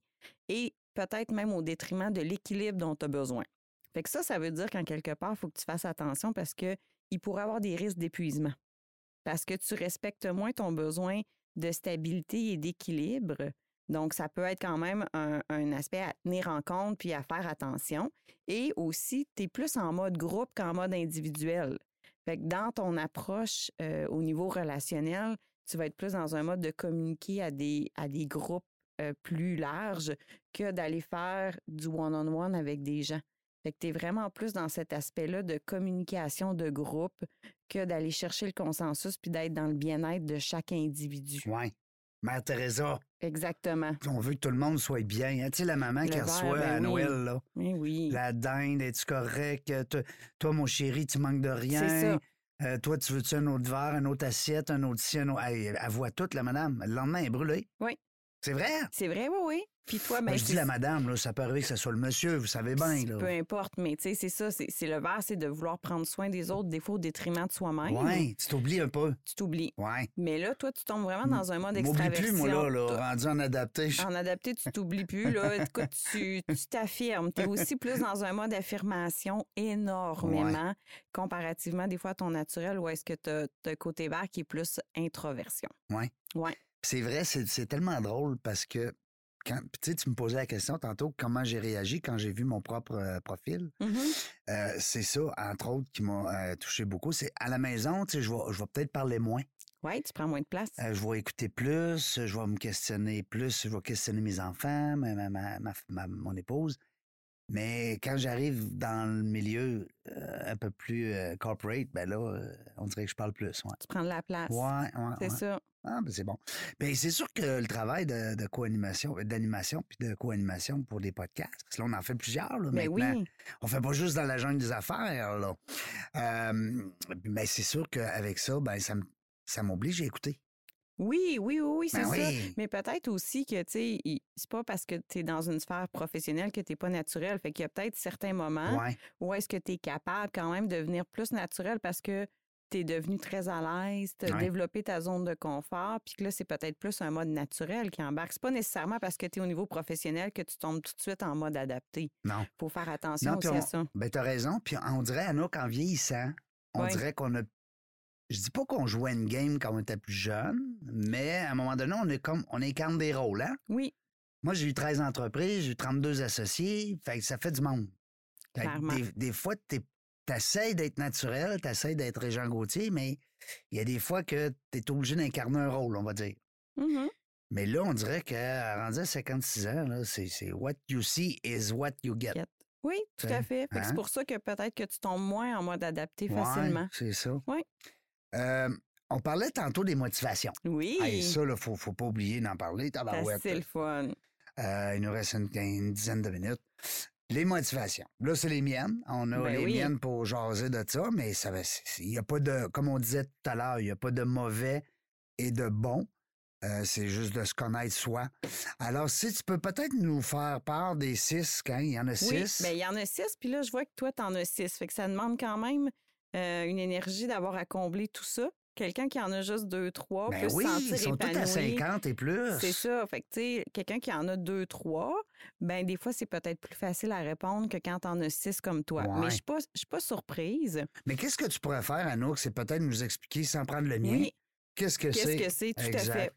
et peut-être même au détriment de l'équilibre dont tu as besoin. Fait que ça, ça veut dire qu'en quelque part, il faut que tu fasses attention parce que il pourrait avoir des risques d'épuisement. Parce que tu respectes moins ton besoin de stabilité et d'équilibre. Donc, ça peut être quand même un, un aspect à tenir en compte puis à faire attention. Et aussi, tu es plus en mode groupe qu'en mode individuel. Fait que dans ton approche euh, au niveau relationnel, tu vas être plus dans un mode de communiquer à des, à des groupes euh, plus larges que d'aller faire du one-on-one avec des gens. Fait que tu es vraiment plus dans cet aspect-là de communication de groupe que d'aller chercher le consensus puis d'être dans le bien-être de chaque individu.
Oui. Mère Teresa,
Exactement.
on veut que tout le monde soit bien. hein. Tu sais, la maman
Le
qui
vert,
reçoit
ben
à
oui.
Noël, là.
Mais oui.
La dinde, es-tu correct? Euh, te- Toi, mon chéri, tu manques de rien.
C'est ça.
Euh, toi, tu veux-tu un autre verre, une autre assiette, un autre ci, un autre... Elle, elle voit toute, la madame. Le lendemain, elle est brûlée.
Oui.
C'est vrai?
C'est vrai, oui, oui. Puis toi, ben,
Moi, je
c'est-
dis la madame, là, ça peut arriver que ce soit le monsieur, vous savez bien.
Puis
Là.
Peu importe, mais tu sais, c'est ça, c'est c'est le verre, c'est de vouloir prendre soin des autres, des fois au détriment de soi-même.
Ouais, tu t'oublies un peu.
Tu t'oublies.
Ouais.
Mais là, toi, tu tombes vraiment dans un monde
M'oublie
extraverti.
plus, moi, là, là rendu en adapté. je-
En adapté, tu t'oublies plus. Là. Écoute, tu tu t'affirmes. Tu es aussi plus dans un mode affirmation énormément, comparativement des fois à ton naturel ou est-ce que tu as, un côté vert qui est plus introversion.
C'est vrai, c'est c'est tellement drôle parce que quand puis tu sais, tu me posais la question tantôt comment j'ai réagi quand j'ai vu mon propre euh, profil. Euh, c'est ça, entre autres, qui m'a euh, touché beaucoup. C'est à la maison, tu sais, je vais, je vais peut-être parler moins.
Oui, tu prends moins de place.
Euh, je vais écouter plus, je vais me questionner plus, je vais questionner mes enfants, ma, ma- ma- ma- ma- mon épouse. Mais quand j'arrive dans le milieu euh, un peu plus euh, corporate, ben là, euh, on dirait que je parle plus. Ouais,
Tu prends de la place.
ouais, ouais.
Ah, c'est
ouais.
ça.
Ah, ben c'est bon. Ben, c'est sûr que le travail de, de co-animation, d'animation, puis de co-animation pour des podcasts, parce que là, on en fait plusieurs, là,
Ben
maintenant.
oui.
On fait pas juste dans la jungle des affaires, là. Euh, ben, c'est sûr qu'avec ça, ben, ça m- ça m'oblige à écouter.
Oui, oui, oui, oui, c'est
Ben
ça.
oui.
Mais peut-être aussi que, tu sais, il- c'est pas parce que tu es dans une sphère professionnelle que tu pas naturel. Fait qu'il y a peut-être certains moments
Ouais.
où est-ce que tu es capable quand même de devenir plus naturel parce que tu es devenu très à l'aise, tu as
Ouais.
développé ta zone de confort, puis que là, c'est peut-être plus un mode naturel qui embarque. C'est pas nécessairement parce que tu es au niveau professionnel que tu tombes tout de suite en mode adapté.
Non.
faut faire attention
Non, puis
aussi à ça.
Ben, t'as raison. Puis on dirait, Anna, qu'en vieillissant, on
Ouais.
dirait qu'on a. Je dis pas qu'on jouait à une game quand on était plus jeune, mais à un moment donné, on, est comme, on incarne des rôles, hein?
Oui,
Moi, j'ai eu 13 entreprises, j'ai eu 32 associés, fait que ça fait du monde. Fait que
Clairement.
des, des fois, tu essaies d'être naturel, tu essaies d'être Jean Gauthier, mais il y a des fois que tu es obligé d'incarner un rôle, on va dire.
Mhm.
Mais là, on dirait que rendu à 56 ans, là, c'est c'est what you see is what you get.
Get. oui, tout
T'sais,
à fait. Fait que
hein?
C'est pour ça que peut-être que tu tombes moins en mode adapté
Ouais,
facilement.
c'est ça.
Ouais.
Euh, on parlait tantôt des motivations.
Oui,
Hey, ça, là, faut, faut pas oublier d'en parler.
ça,
tabarouette.
c'est le fun.
Euh, il nous reste une, une dizaine de minutes. Les motivations. Là, c'est les miennes. On a
Ben
les
oui.
miennes pour jaser de ça, mais ça va- c'est- c'est- il n'y a pas de, comme on disait tout à l'heure, il n'y a pas de mauvais et de bon. Euh, c'est juste de se connaître soi. Alors, si tu peux peut-être nous faire part des six, quand il y en a
Oui, ben,
six.
bien, il y en a six, puis là, je vois que toi, t'en as six. Fait que ça demande quand même euh, une énergie d'avoir à combler tout ça. Quelqu'un qui en a juste deux, trois,
Ben
peut se
oui,
sentir
ils sont tous à
épanoui.
50 et plus.
C'est ça. Fait que, tu sais, quelqu'un qui en a deux, trois, ben des fois, c'est peut-être plus facile à répondre que quand t'en as six comme toi.
Ouais.
Mais je suis pas, je suis pas surprise.
Mais qu'est-ce que tu pourrais faire, Anouk? C'est peut-être nous expliquer, sans prendre le mien,
Oui,
qu'est-ce que
qu'est-ce
c'est.
que c'est? Tout à fait.
Exact.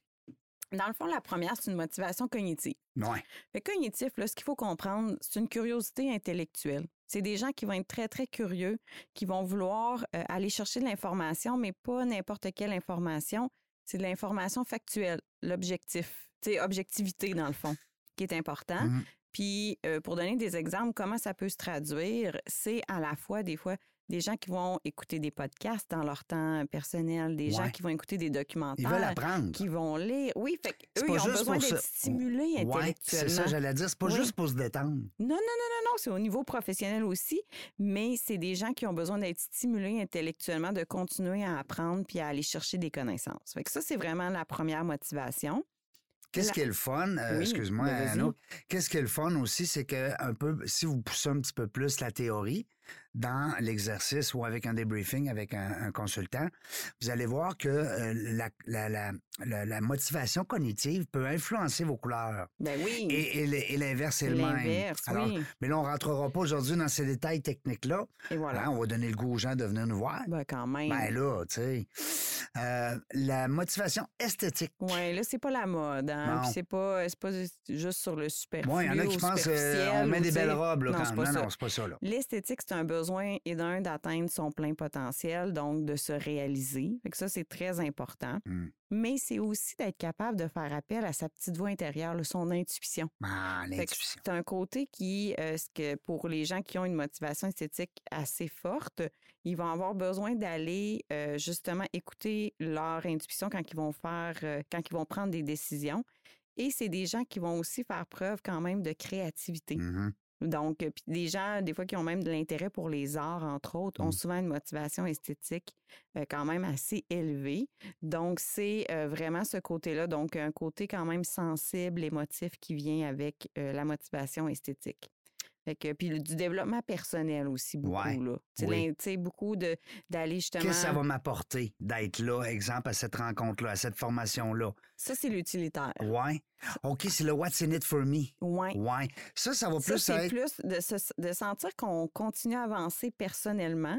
Dans le fond, la première, c'est une motivation cognitive.
Ouais.
Le cognitif, là, ce qu'il faut comprendre, c'est une curiosité intellectuelle. C'est des gens qui vont être très, très curieux, qui vont vouloir euh, aller chercher de l'information, mais pas n'importe quelle information. C'est de l'information factuelle, l'objectif, c'est objectivité dans le fond, qui est important.
Mhm.
Puis, euh, pour donner des exemples, comment ça peut se traduire, c'est à la fois des fois des gens qui vont écouter des podcasts dans leur temps personnel, des gens
Ouais.
qui vont écouter des
Ils
documentaires,
veulent apprendre.
qui vont lire. Oui, fait
C'est
qu'eux,
pas
ils ont
juste
besoin
pour
d'être
se-
stimulés
Ouais, c'est
intellectuellement.
ça, j'allais dire. C'est pas
Oui.
juste pour se détendre.
Non, non, non, non, non, c'est au niveau professionnel aussi, mais c'est des gens qui ont besoin d'être stimulés intellectuellement, de continuer à apprendre puis à aller chercher des connaissances. Fait que ça, c'est vraiment la première motivation.
Qu'est-ce
La-
qui est le fun? euh,
Oui,
Excuse-moi,
mais vas-y.
Anno. Qu'est-ce qui est le fun aussi, c'est que un peu, si vous poussez un petit peu plus la théorie dans l'exercice ou avec un débriefing avec un, un consultant, vous allez voir que euh, la, la- la- la- la motivation cognitive peut influencer vos couleurs.
Ben oui,
Et, et le- et l'inverse est
c'est
le même.
l'inverse,
Alors,
oui.
Mais là, on rentrera pas aujourd'hui dans ces détails techniques-là.
Et voilà.
Hein, on va donner le goût aux gens de venir nous voir.
Ben quand même.
Ben là, tu sais. Euh, la motivation esthétique.
Ouais, là, c'est pas la mode, hein?
Non.
Puis c'est pas, c'est pas juste sur le superflu.
Moi, il y en a qui
ou
pensent
superficiel
qu'on
ou,
met des
tu sais,
belles robes là,
non,
quand
c'est pas
Non,
ça.
non, c'est pas ça. Là.
L'esthétique, c'est un besoin et d'un d'atteindre son plein potentiel, donc de se réaliser. Fait que ça, c'est très important.
Mm.
Mais c'est aussi d'être capable de faire appel à sa petite voix intérieure, là, son intuition.
Ah,
Fait que
l'intuition.
C'est un côté qui, euh, ce que pour les gens qui ont une motivation esthétique assez forte, ils vont avoir besoin d'aller euh, justement écouter leur intuition quand ils vont faire, euh, quand ils vont prendre des décisions. Et c'est des gens qui vont aussi faire preuve quand même de créativité.
Mhm.
Donc, euh, puis des gens, des fois, qui ont même de l'intérêt pour les arts, entre autres, ont
Mm.
souvent une motivation esthétique euh, quand même assez élevée. Donc, c'est euh, vraiment ce côté-là, donc un côté quand même sensible, émotif qui vient avec euh, la motivation esthétique. Fait que, puis le- du développement personnel aussi, beaucoup.
Ouais,
là. Tu sais,
oui.
l'in- tu sais, beaucoup de- d'aller justement...
Qu'est-ce que ça va m'apporter d'être là, exemple, à cette rencontre-là, à cette formation-là?
Ça, c'est l'utilitaire.
Ouais. OK, c'est le What's in it for me?
Ouais.
Ouais. Ça, ça va
Ça,
plus
c'est
être.
plus de, se- de sentir qu'on continue à avancer personnellement,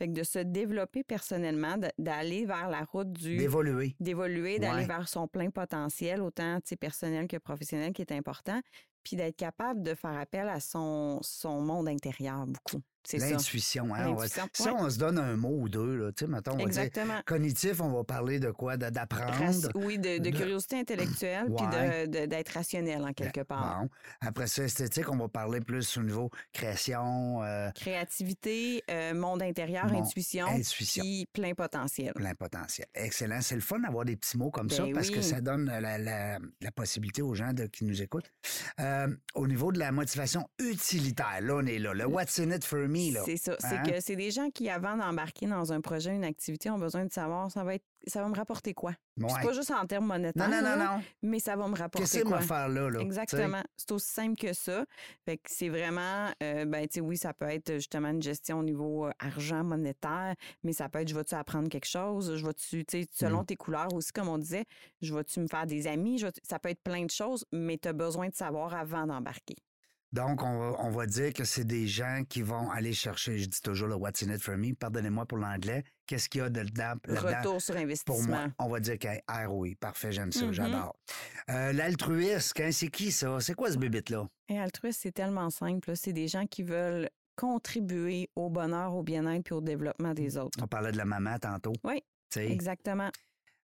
fait que de se développer personnellement, de- d'aller vers la route du
d'évoluer.
d'évoluer, d'aller
Ouais.
vers son plein potentiel, autant tu sais, personnel que professionnel, qui est important, puis d'être capable de faire appel à son, son monde intérieur beaucoup. C'est ça.
L'intuition. Hein, on va-
L'intuition,
Ça,
ouais.
on se donne un mot ou deux. Là. Tu sais, mettons, on va dire
Exactement.
cognitif, on va parler de quoi? De- D'apprendre.
Raci- oui, de, de
de-
curiosité intellectuelle, puis
Ouais. Ben,
de- de- d'être rationnel en quelque part.
Bon. Après ça, esthétique, on va parler plus au niveau création, euh,
Créativité, euh, monde intérieur,
Mon-
intuition,
intuition.
puis plein potentiel.
plein potentiel. Excellent. C'est le fun d'avoir des petits mots comme ça
Ben
parce que
oui.
ça donne la, la- la possibilité aux gens de- qui nous écoutent. Euh, au niveau de la motivation utilitaire, là, on est là. Le What's in it for me, là.
C'est ça. C'est
Hein?
que c'est des gens qui, avant d'embarquer dans un projet, une activité, ont besoin de savoir ça va être, ça va me rapporter quoi. Puis
Ouais.
C'est pas juste en termes
Non,
monétaires.
non, non,
là,
non.
Mais ça va me
Qu'est-ce
rapporter
que
quoi.
m'a faire là, là?
Exactement. C'est aussi simple que ça. Fait que c'est vraiment, euh, ben, tu sais, oui, ça peut être justement une gestion au niveau euh, argent, monétaire, mais ça peut être, je vais-tu apprendre quelque chose? Je vais-tu,
Mmh.
tu sais, selon tes couleurs aussi, comme on disait, je vais-tu me faire des amis? Je vais-tu- ça peut être plein de choses, mais tu as besoin de savoir avant d'embarquer.
Donc, on va, on va dire que c'est des gens qui vont aller chercher, je dis toujours le What's in it for me, pardonnez-moi pour l'anglais, qu'est-ce qu'il y a de dedans, là-dedans
Retour sur
pour moi?
investissement.
On va dire qu'un ROI, parfait, j'aime ça,
Mhm.
j'adore. Euh, L'altruisme, hein, c'est qui ça? C'est quoi ce bébite-là?
Et altruiste, c'est tellement simple. là. C'est des gens qui veulent contribuer au bonheur, au bien-être puis au développement des autres.
On parlait de la maman tantôt.
Oui,
Tu sais,
Exactement.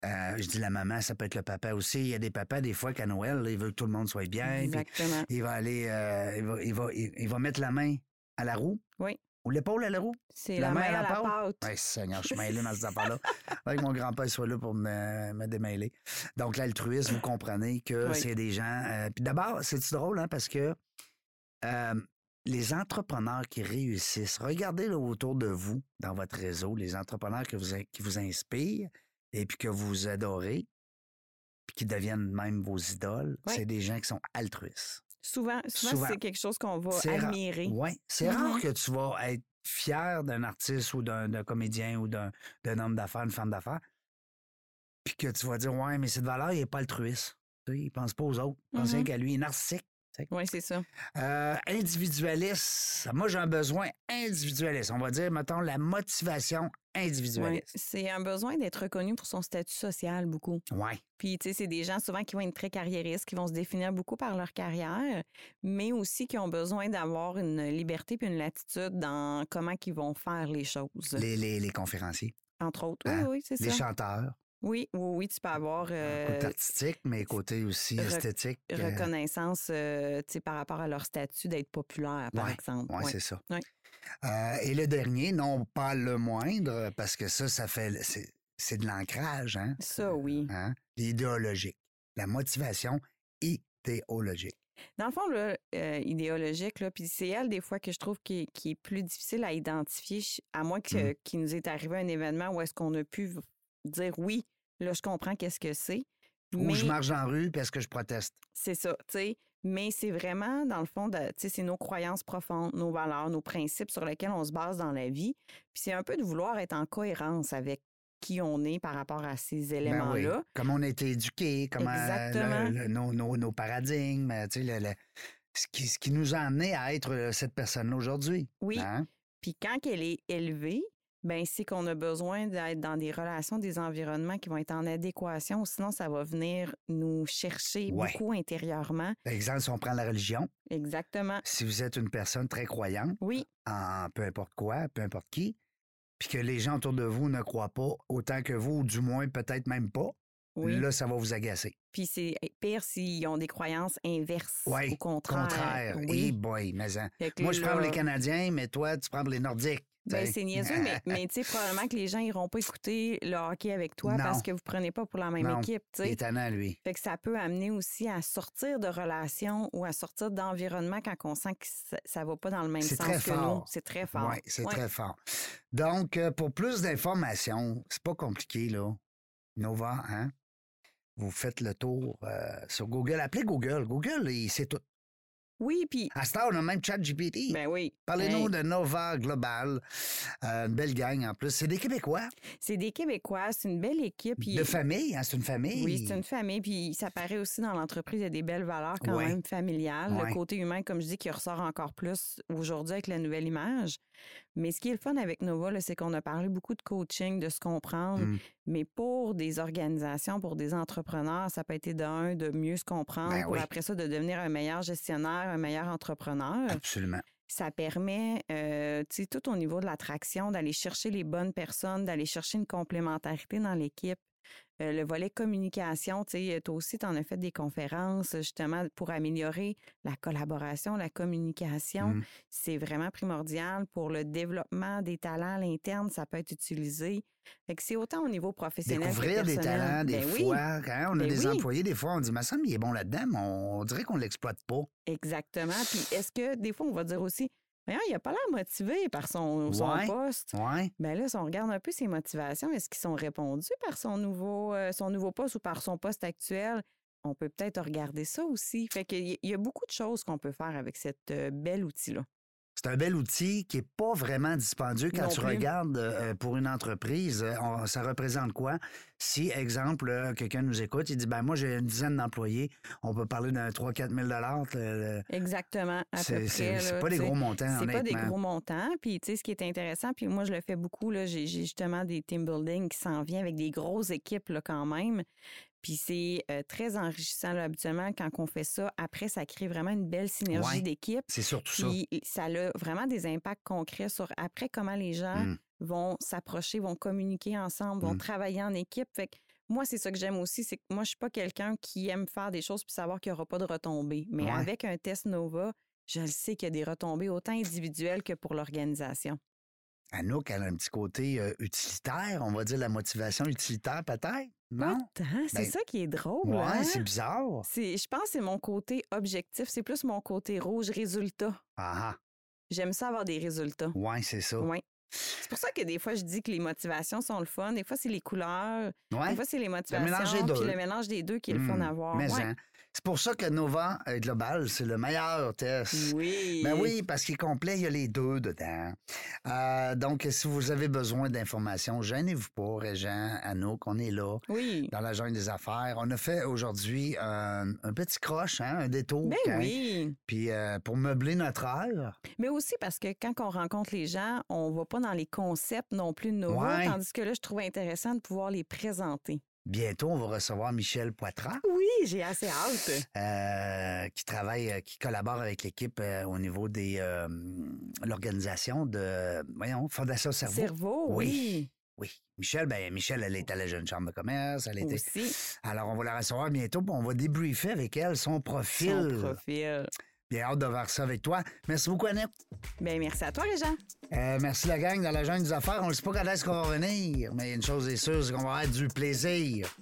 euh, je dis la maman, ça peut être le papa aussi. Il y a des papas, des fois, qu'à Noël, là, il veut que tout le monde soit bien. puis
Exactement.
il va aller, euh, il, va, il, va, il, il va mettre la main à la roue.
Oui.
Ou l'épaule à la roue.
C'est
La
la,
main
main
à
à
la
la pâte.
Oui, Seigneur, je suis mêlé dans ces affaires-là. Faudrait que mon grand-père soit là pour me, me démêler. Donc, l'altruisme, vous comprenez que
Oui.
c'est des gens. euh, puis d'abord, c'est drôle, hein, parce que euh, les entrepreneurs qui réussissent, regardez là, autour de vous, dans votre réseau, les entrepreneurs que vous, qui vous inspirent et puis que vous adorez, puis qui deviennent même vos idoles,
Oui.
c'est des gens qui sont altruistes.
Souvent, souvent,
Souvent.
c'est quelque chose qu'on va
C'est ra-
admirer.
Oui, c'est
Mhm.
rare que tu vas être fier d'un artiste ou d'un d'un comédien ou d'un d'un homme d'affaires, une femme d'affaires, puis que tu vas dire Ouais, mais cette valeur, il n'est pas altruiste. Tu sais, il pense pas aux autres, il pense
Mhm.
rien qu'à lui, il est narcissique.
Oui, c'est ça.
Euh, individualiste, moi j'ai un besoin individualiste. On va dire, mettons, la motivation
Ouais.
individualiste.
C'est un besoin d'être reconnu pour son statut social beaucoup.
Oui. Ouais.
Puis, tu sais, c'est des gens souvent qui vont être très carriéristes, qui vont se définir beaucoup par leur carrière, mais aussi qui ont besoin d'avoir une liberté puis une latitude dans comment ils vont faire les choses,
Les, les- les conférenciers,
entre autres. Oui,
Hein?
oui, c'est
les
ça.
chanteurs,
Oui, oui, oui, tu peux avoir euh,
côté artistique, mais côté aussi
rec-
esthétique. euh,
reconnaissance euh, tu sais, par rapport à leur statut d'être populaire, par
Ouais,
exemple.
Oui,
Ouais.
c'est ça.
Ouais.
Euh, et le dernier, non pas le moindre, parce que ça, ça fait. C'est, c'est de l'ancrage, hein?
Ça, oui.
hein? L'idéologique. La motivation idéologique.
Dans le fond, là, euh, idéologique, là, puis c'est elle, des fois, que je trouve qui, est- qui est plus difficile à identifier, ch- à
Mmh.
moins que- qu'il nous est arrivé un événement où est-ce qu'on a pu v- dire oui, là, je comprends qu'est-ce que c'est.
Ou
mais-
je marche dans la rue parce que je proteste.
C'est ça, tu sais. Mais c'est vraiment, dans le fond, de- tu sais, c'est nos croyances profondes, nos valeurs, nos principes sur lesquels on se base dans la vie. Puis c'est un peu de vouloir être en cohérence avec qui on est par rapport à ces
Ben oui.
éléments-là.
Comment on a été éduqué, comment euh, le-
Exactement.
le- nos, nos- nos paradigmes, euh, tu sais, le- le- ce, qui, ce qui nous a amené à être euh, cette personne aujourd'hui.
Oui.
hein?
Puis quand elle est élevée, ben c'est qu'on a besoin d'être dans des relations, des environnements qui vont être en adéquation. Sinon, ça va venir nous chercher
Ouais.
beaucoup intérieurement.
Par exemple, si on prend la religion,
Exactement.
si vous êtes une personne très croyante,
Oui,
en peu importe quoi, peu importe qui, puis que les gens autour de vous ne croient pas autant que vous, ou du moins peut-être même pas,
oui.
là, ça va vous agacer.
Puis c'est eh, pire s'ils ont des croyances inverses.
Ouais,
au contraire.
Contraire. Eh
Oui.
boy, mais hein.
Fait que
Moi, je prends pour les
là-
Canadiens, mais toi, tu prends pour les Nordiques.
Ben,
t'sais.
c'est niaiseux, mais, mais tu sais, probablement que les gens iront pas écouter le hockey avec toi
Non.
parce que vous prenez pas pour la même
Non.
équipe, tu
Il
sais.
est tannant, lui.
Fait que ça peut amener aussi à sortir de relations ou à sortir d'environnement quand on sent que ça, ça va pas dans le même
C'est
sens
très
que nous.
fort.
C'est très fort.
Oui, c'est
Ouais.
très fort. Donc, euh, pour plus d'informations, c'est pas compliqué, là. Nova, hein? Vous faites le tour euh, sur Google. Appelez Google. Google, il sait tout.
Oui, puis
À ce temps, on a même ChatGPT.
ben oui.
Parlez-nous
Hey,
de Nova Global. Euh, une belle gang en plus. C'est des Québécois.
C'est des Québécois, c'est une belle équipe. puis-
De famille, hein, c'est une famille.
Oui, c'est une famille, puis ça paraît aussi dans l'entreprise, il y a des belles valeurs quand
Ouais.
même familiales.
Ouais.
Le côté humain, comme je dis, qui ressort encore plus aujourd'hui avec la nouvelle image. Mais ce qui est le fun avec Nova, là, c'est qu'on a parlé beaucoup de coaching, de se comprendre,
Mm.
mais pour des organisations, pour des entrepreneurs, ça peut être d'un, de mieux se comprendre,
Ben
pour
oui.
après ça, de devenir un meilleur gestionnaire, un meilleur entrepreneur
Absolument.
ça permet, euh, tu sais, tout au niveau de l'attraction, d'aller chercher les bonnes personnes, d'aller chercher une complémentarité dans l'équipe. Euh, le volet communication, tu sais, toi aussi, tu en as fait des conférences justement pour améliorer la collaboration, la communication.
Mm.
C'est vraiment primordial pour le développement des talents à l'interne. Ça peut être utilisé. Fait que c'est autant au niveau professionnel
Découvrir
que
des
personnel.
talents, des
Ben oui,
fois. hein, on a
Ben
des
oui.
employés, des fois, on dit, mais ça, il est bon là-dedans, mais on, on dirait qu'on ne l'exploite pas.
exactement. Puis est-ce que des fois, on va dire aussi, Voyons, il n'a pas l'air motivé par son, son
Ouais.
poste.
Ouais.
Mais Ben là, si on regarde un peu ses motivations, est-ce qu'ils sont répondus par son nouveau, euh, son nouveau poste ou par son poste actuel? On peut peut-être regarder ça aussi. Fait qu'il y a- il y a beaucoup de choses qu'on peut faire avec cet euh, bel outil-là.
C'est un bel outil qui n'est pas vraiment dispendieux quand
Non
tu
plus.
regardes euh, pour une entreprise. euh, on- ça représente quoi? Si, exemple, euh, quelqu'un nous écoute, il dit, ben moi, j'ai une dizaine d'employés, on peut parler d'un 3-4 000 euh,
Exactement, à peu
C'est
près.
c'est- c'est
là,
pas des
tu sais.
gros montants,
C'est pas des
honnêtement.
gros montants. Puis, tu sais, ce qui est intéressant, puis moi, je le fais beaucoup, là, j'ai j'ai justement des team building qui s'en viennent avec des grosses équipes, là, quand même. Puis, c'est euh, très enrichissant, là, habituellement, quand on fait ça. Après, ça crée vraiment une belle synergie
Ouais.
d'équipe.
C'est surtout ça.
Puis ça a vraiment des impacts concrets sur après comment les gens
Mm.
vont s'approcher, vont communiquer ensemble, vont
Mm.
travailler en équipe. Fait que moi, c'est ça que j'aime aussi, c'est que moi, je suis pas quelqu'un qui aime faire des choses puis savoir qu'il n'y aura pas de retombées. Mais
Ouais.
avec un test Nova, je le sais qu'il y a des retombées autant individuelles que pour l'organisation.
Anouk, elle a un petit côté euh, utilitaire, on va dire la motivation utilitaire peut-être, non?
Autant, c'est
Ben,
ça qui est drôle.
ouais,
hein?
c'est bizarre.
C'est- je pense que c'est mon côté objectif, c'est plus mon côté rouge résultat.
Ah, ah,
J'aime ça avoir des résultats.
ouais, c'est ça.
Oui. C'est pour ça que des fois, je dis que les motivations sont le fun. Des fois, c'est les couleurs.
Ouais.
Des fois, c'est les motivations.
mélange des deux.
Puis le mélange des deux qui est le fun
Hmm,
à voir.
mais
Ouais.
hein, c'est pour ça que Nova euh, Global, c'est le meilleur test.
Oui.
Ben oui, parce qu'il est complet, il y a les deux dedans. Euh, donc, si vous avez besoin d'informations, gênez-vous pas, Régent, Anouk, on est là,
Oui.
dans la jungle des affaires. On a fait aujourd'hui euh, un petit croche, hein, un détour.
Ben
hein,
oui.
Puis euh, pour meubler notre heure,
Mais aussi parce que quand on rencontre les gens, on va pas dans les concepts non plus de nos
Ouais.
tandis que là, je trouve intéressant de pouvoir les présenter.
Bientôt, on va recevoir Michel Poitras,
Oui, j'ai assez hâte.
euh, qui travaille, euh, qui collabore avec l'équipe euh, au niveau de l'organisation de, voyons, Fondation Cerveau.
Cerveau, oui.
Oui. Michel, ben Michel, elle était à la jeune chambre de commerce. Elle était...
Aussi,
Alors, on va la recevoir bientôt, puis on va débriefer avec elle son profil.
son profil.
Bien hâte de voir ça avec toi. Merci beaucoup, Annette.
Ben, merci à toi, Réjean.
Euh, merci, la gang, dans la jungle des affaires. On ne sait pas quand est-ce qu'on va revenir, mais une chose est sûre, c'est qu'on va avoir du plaisir.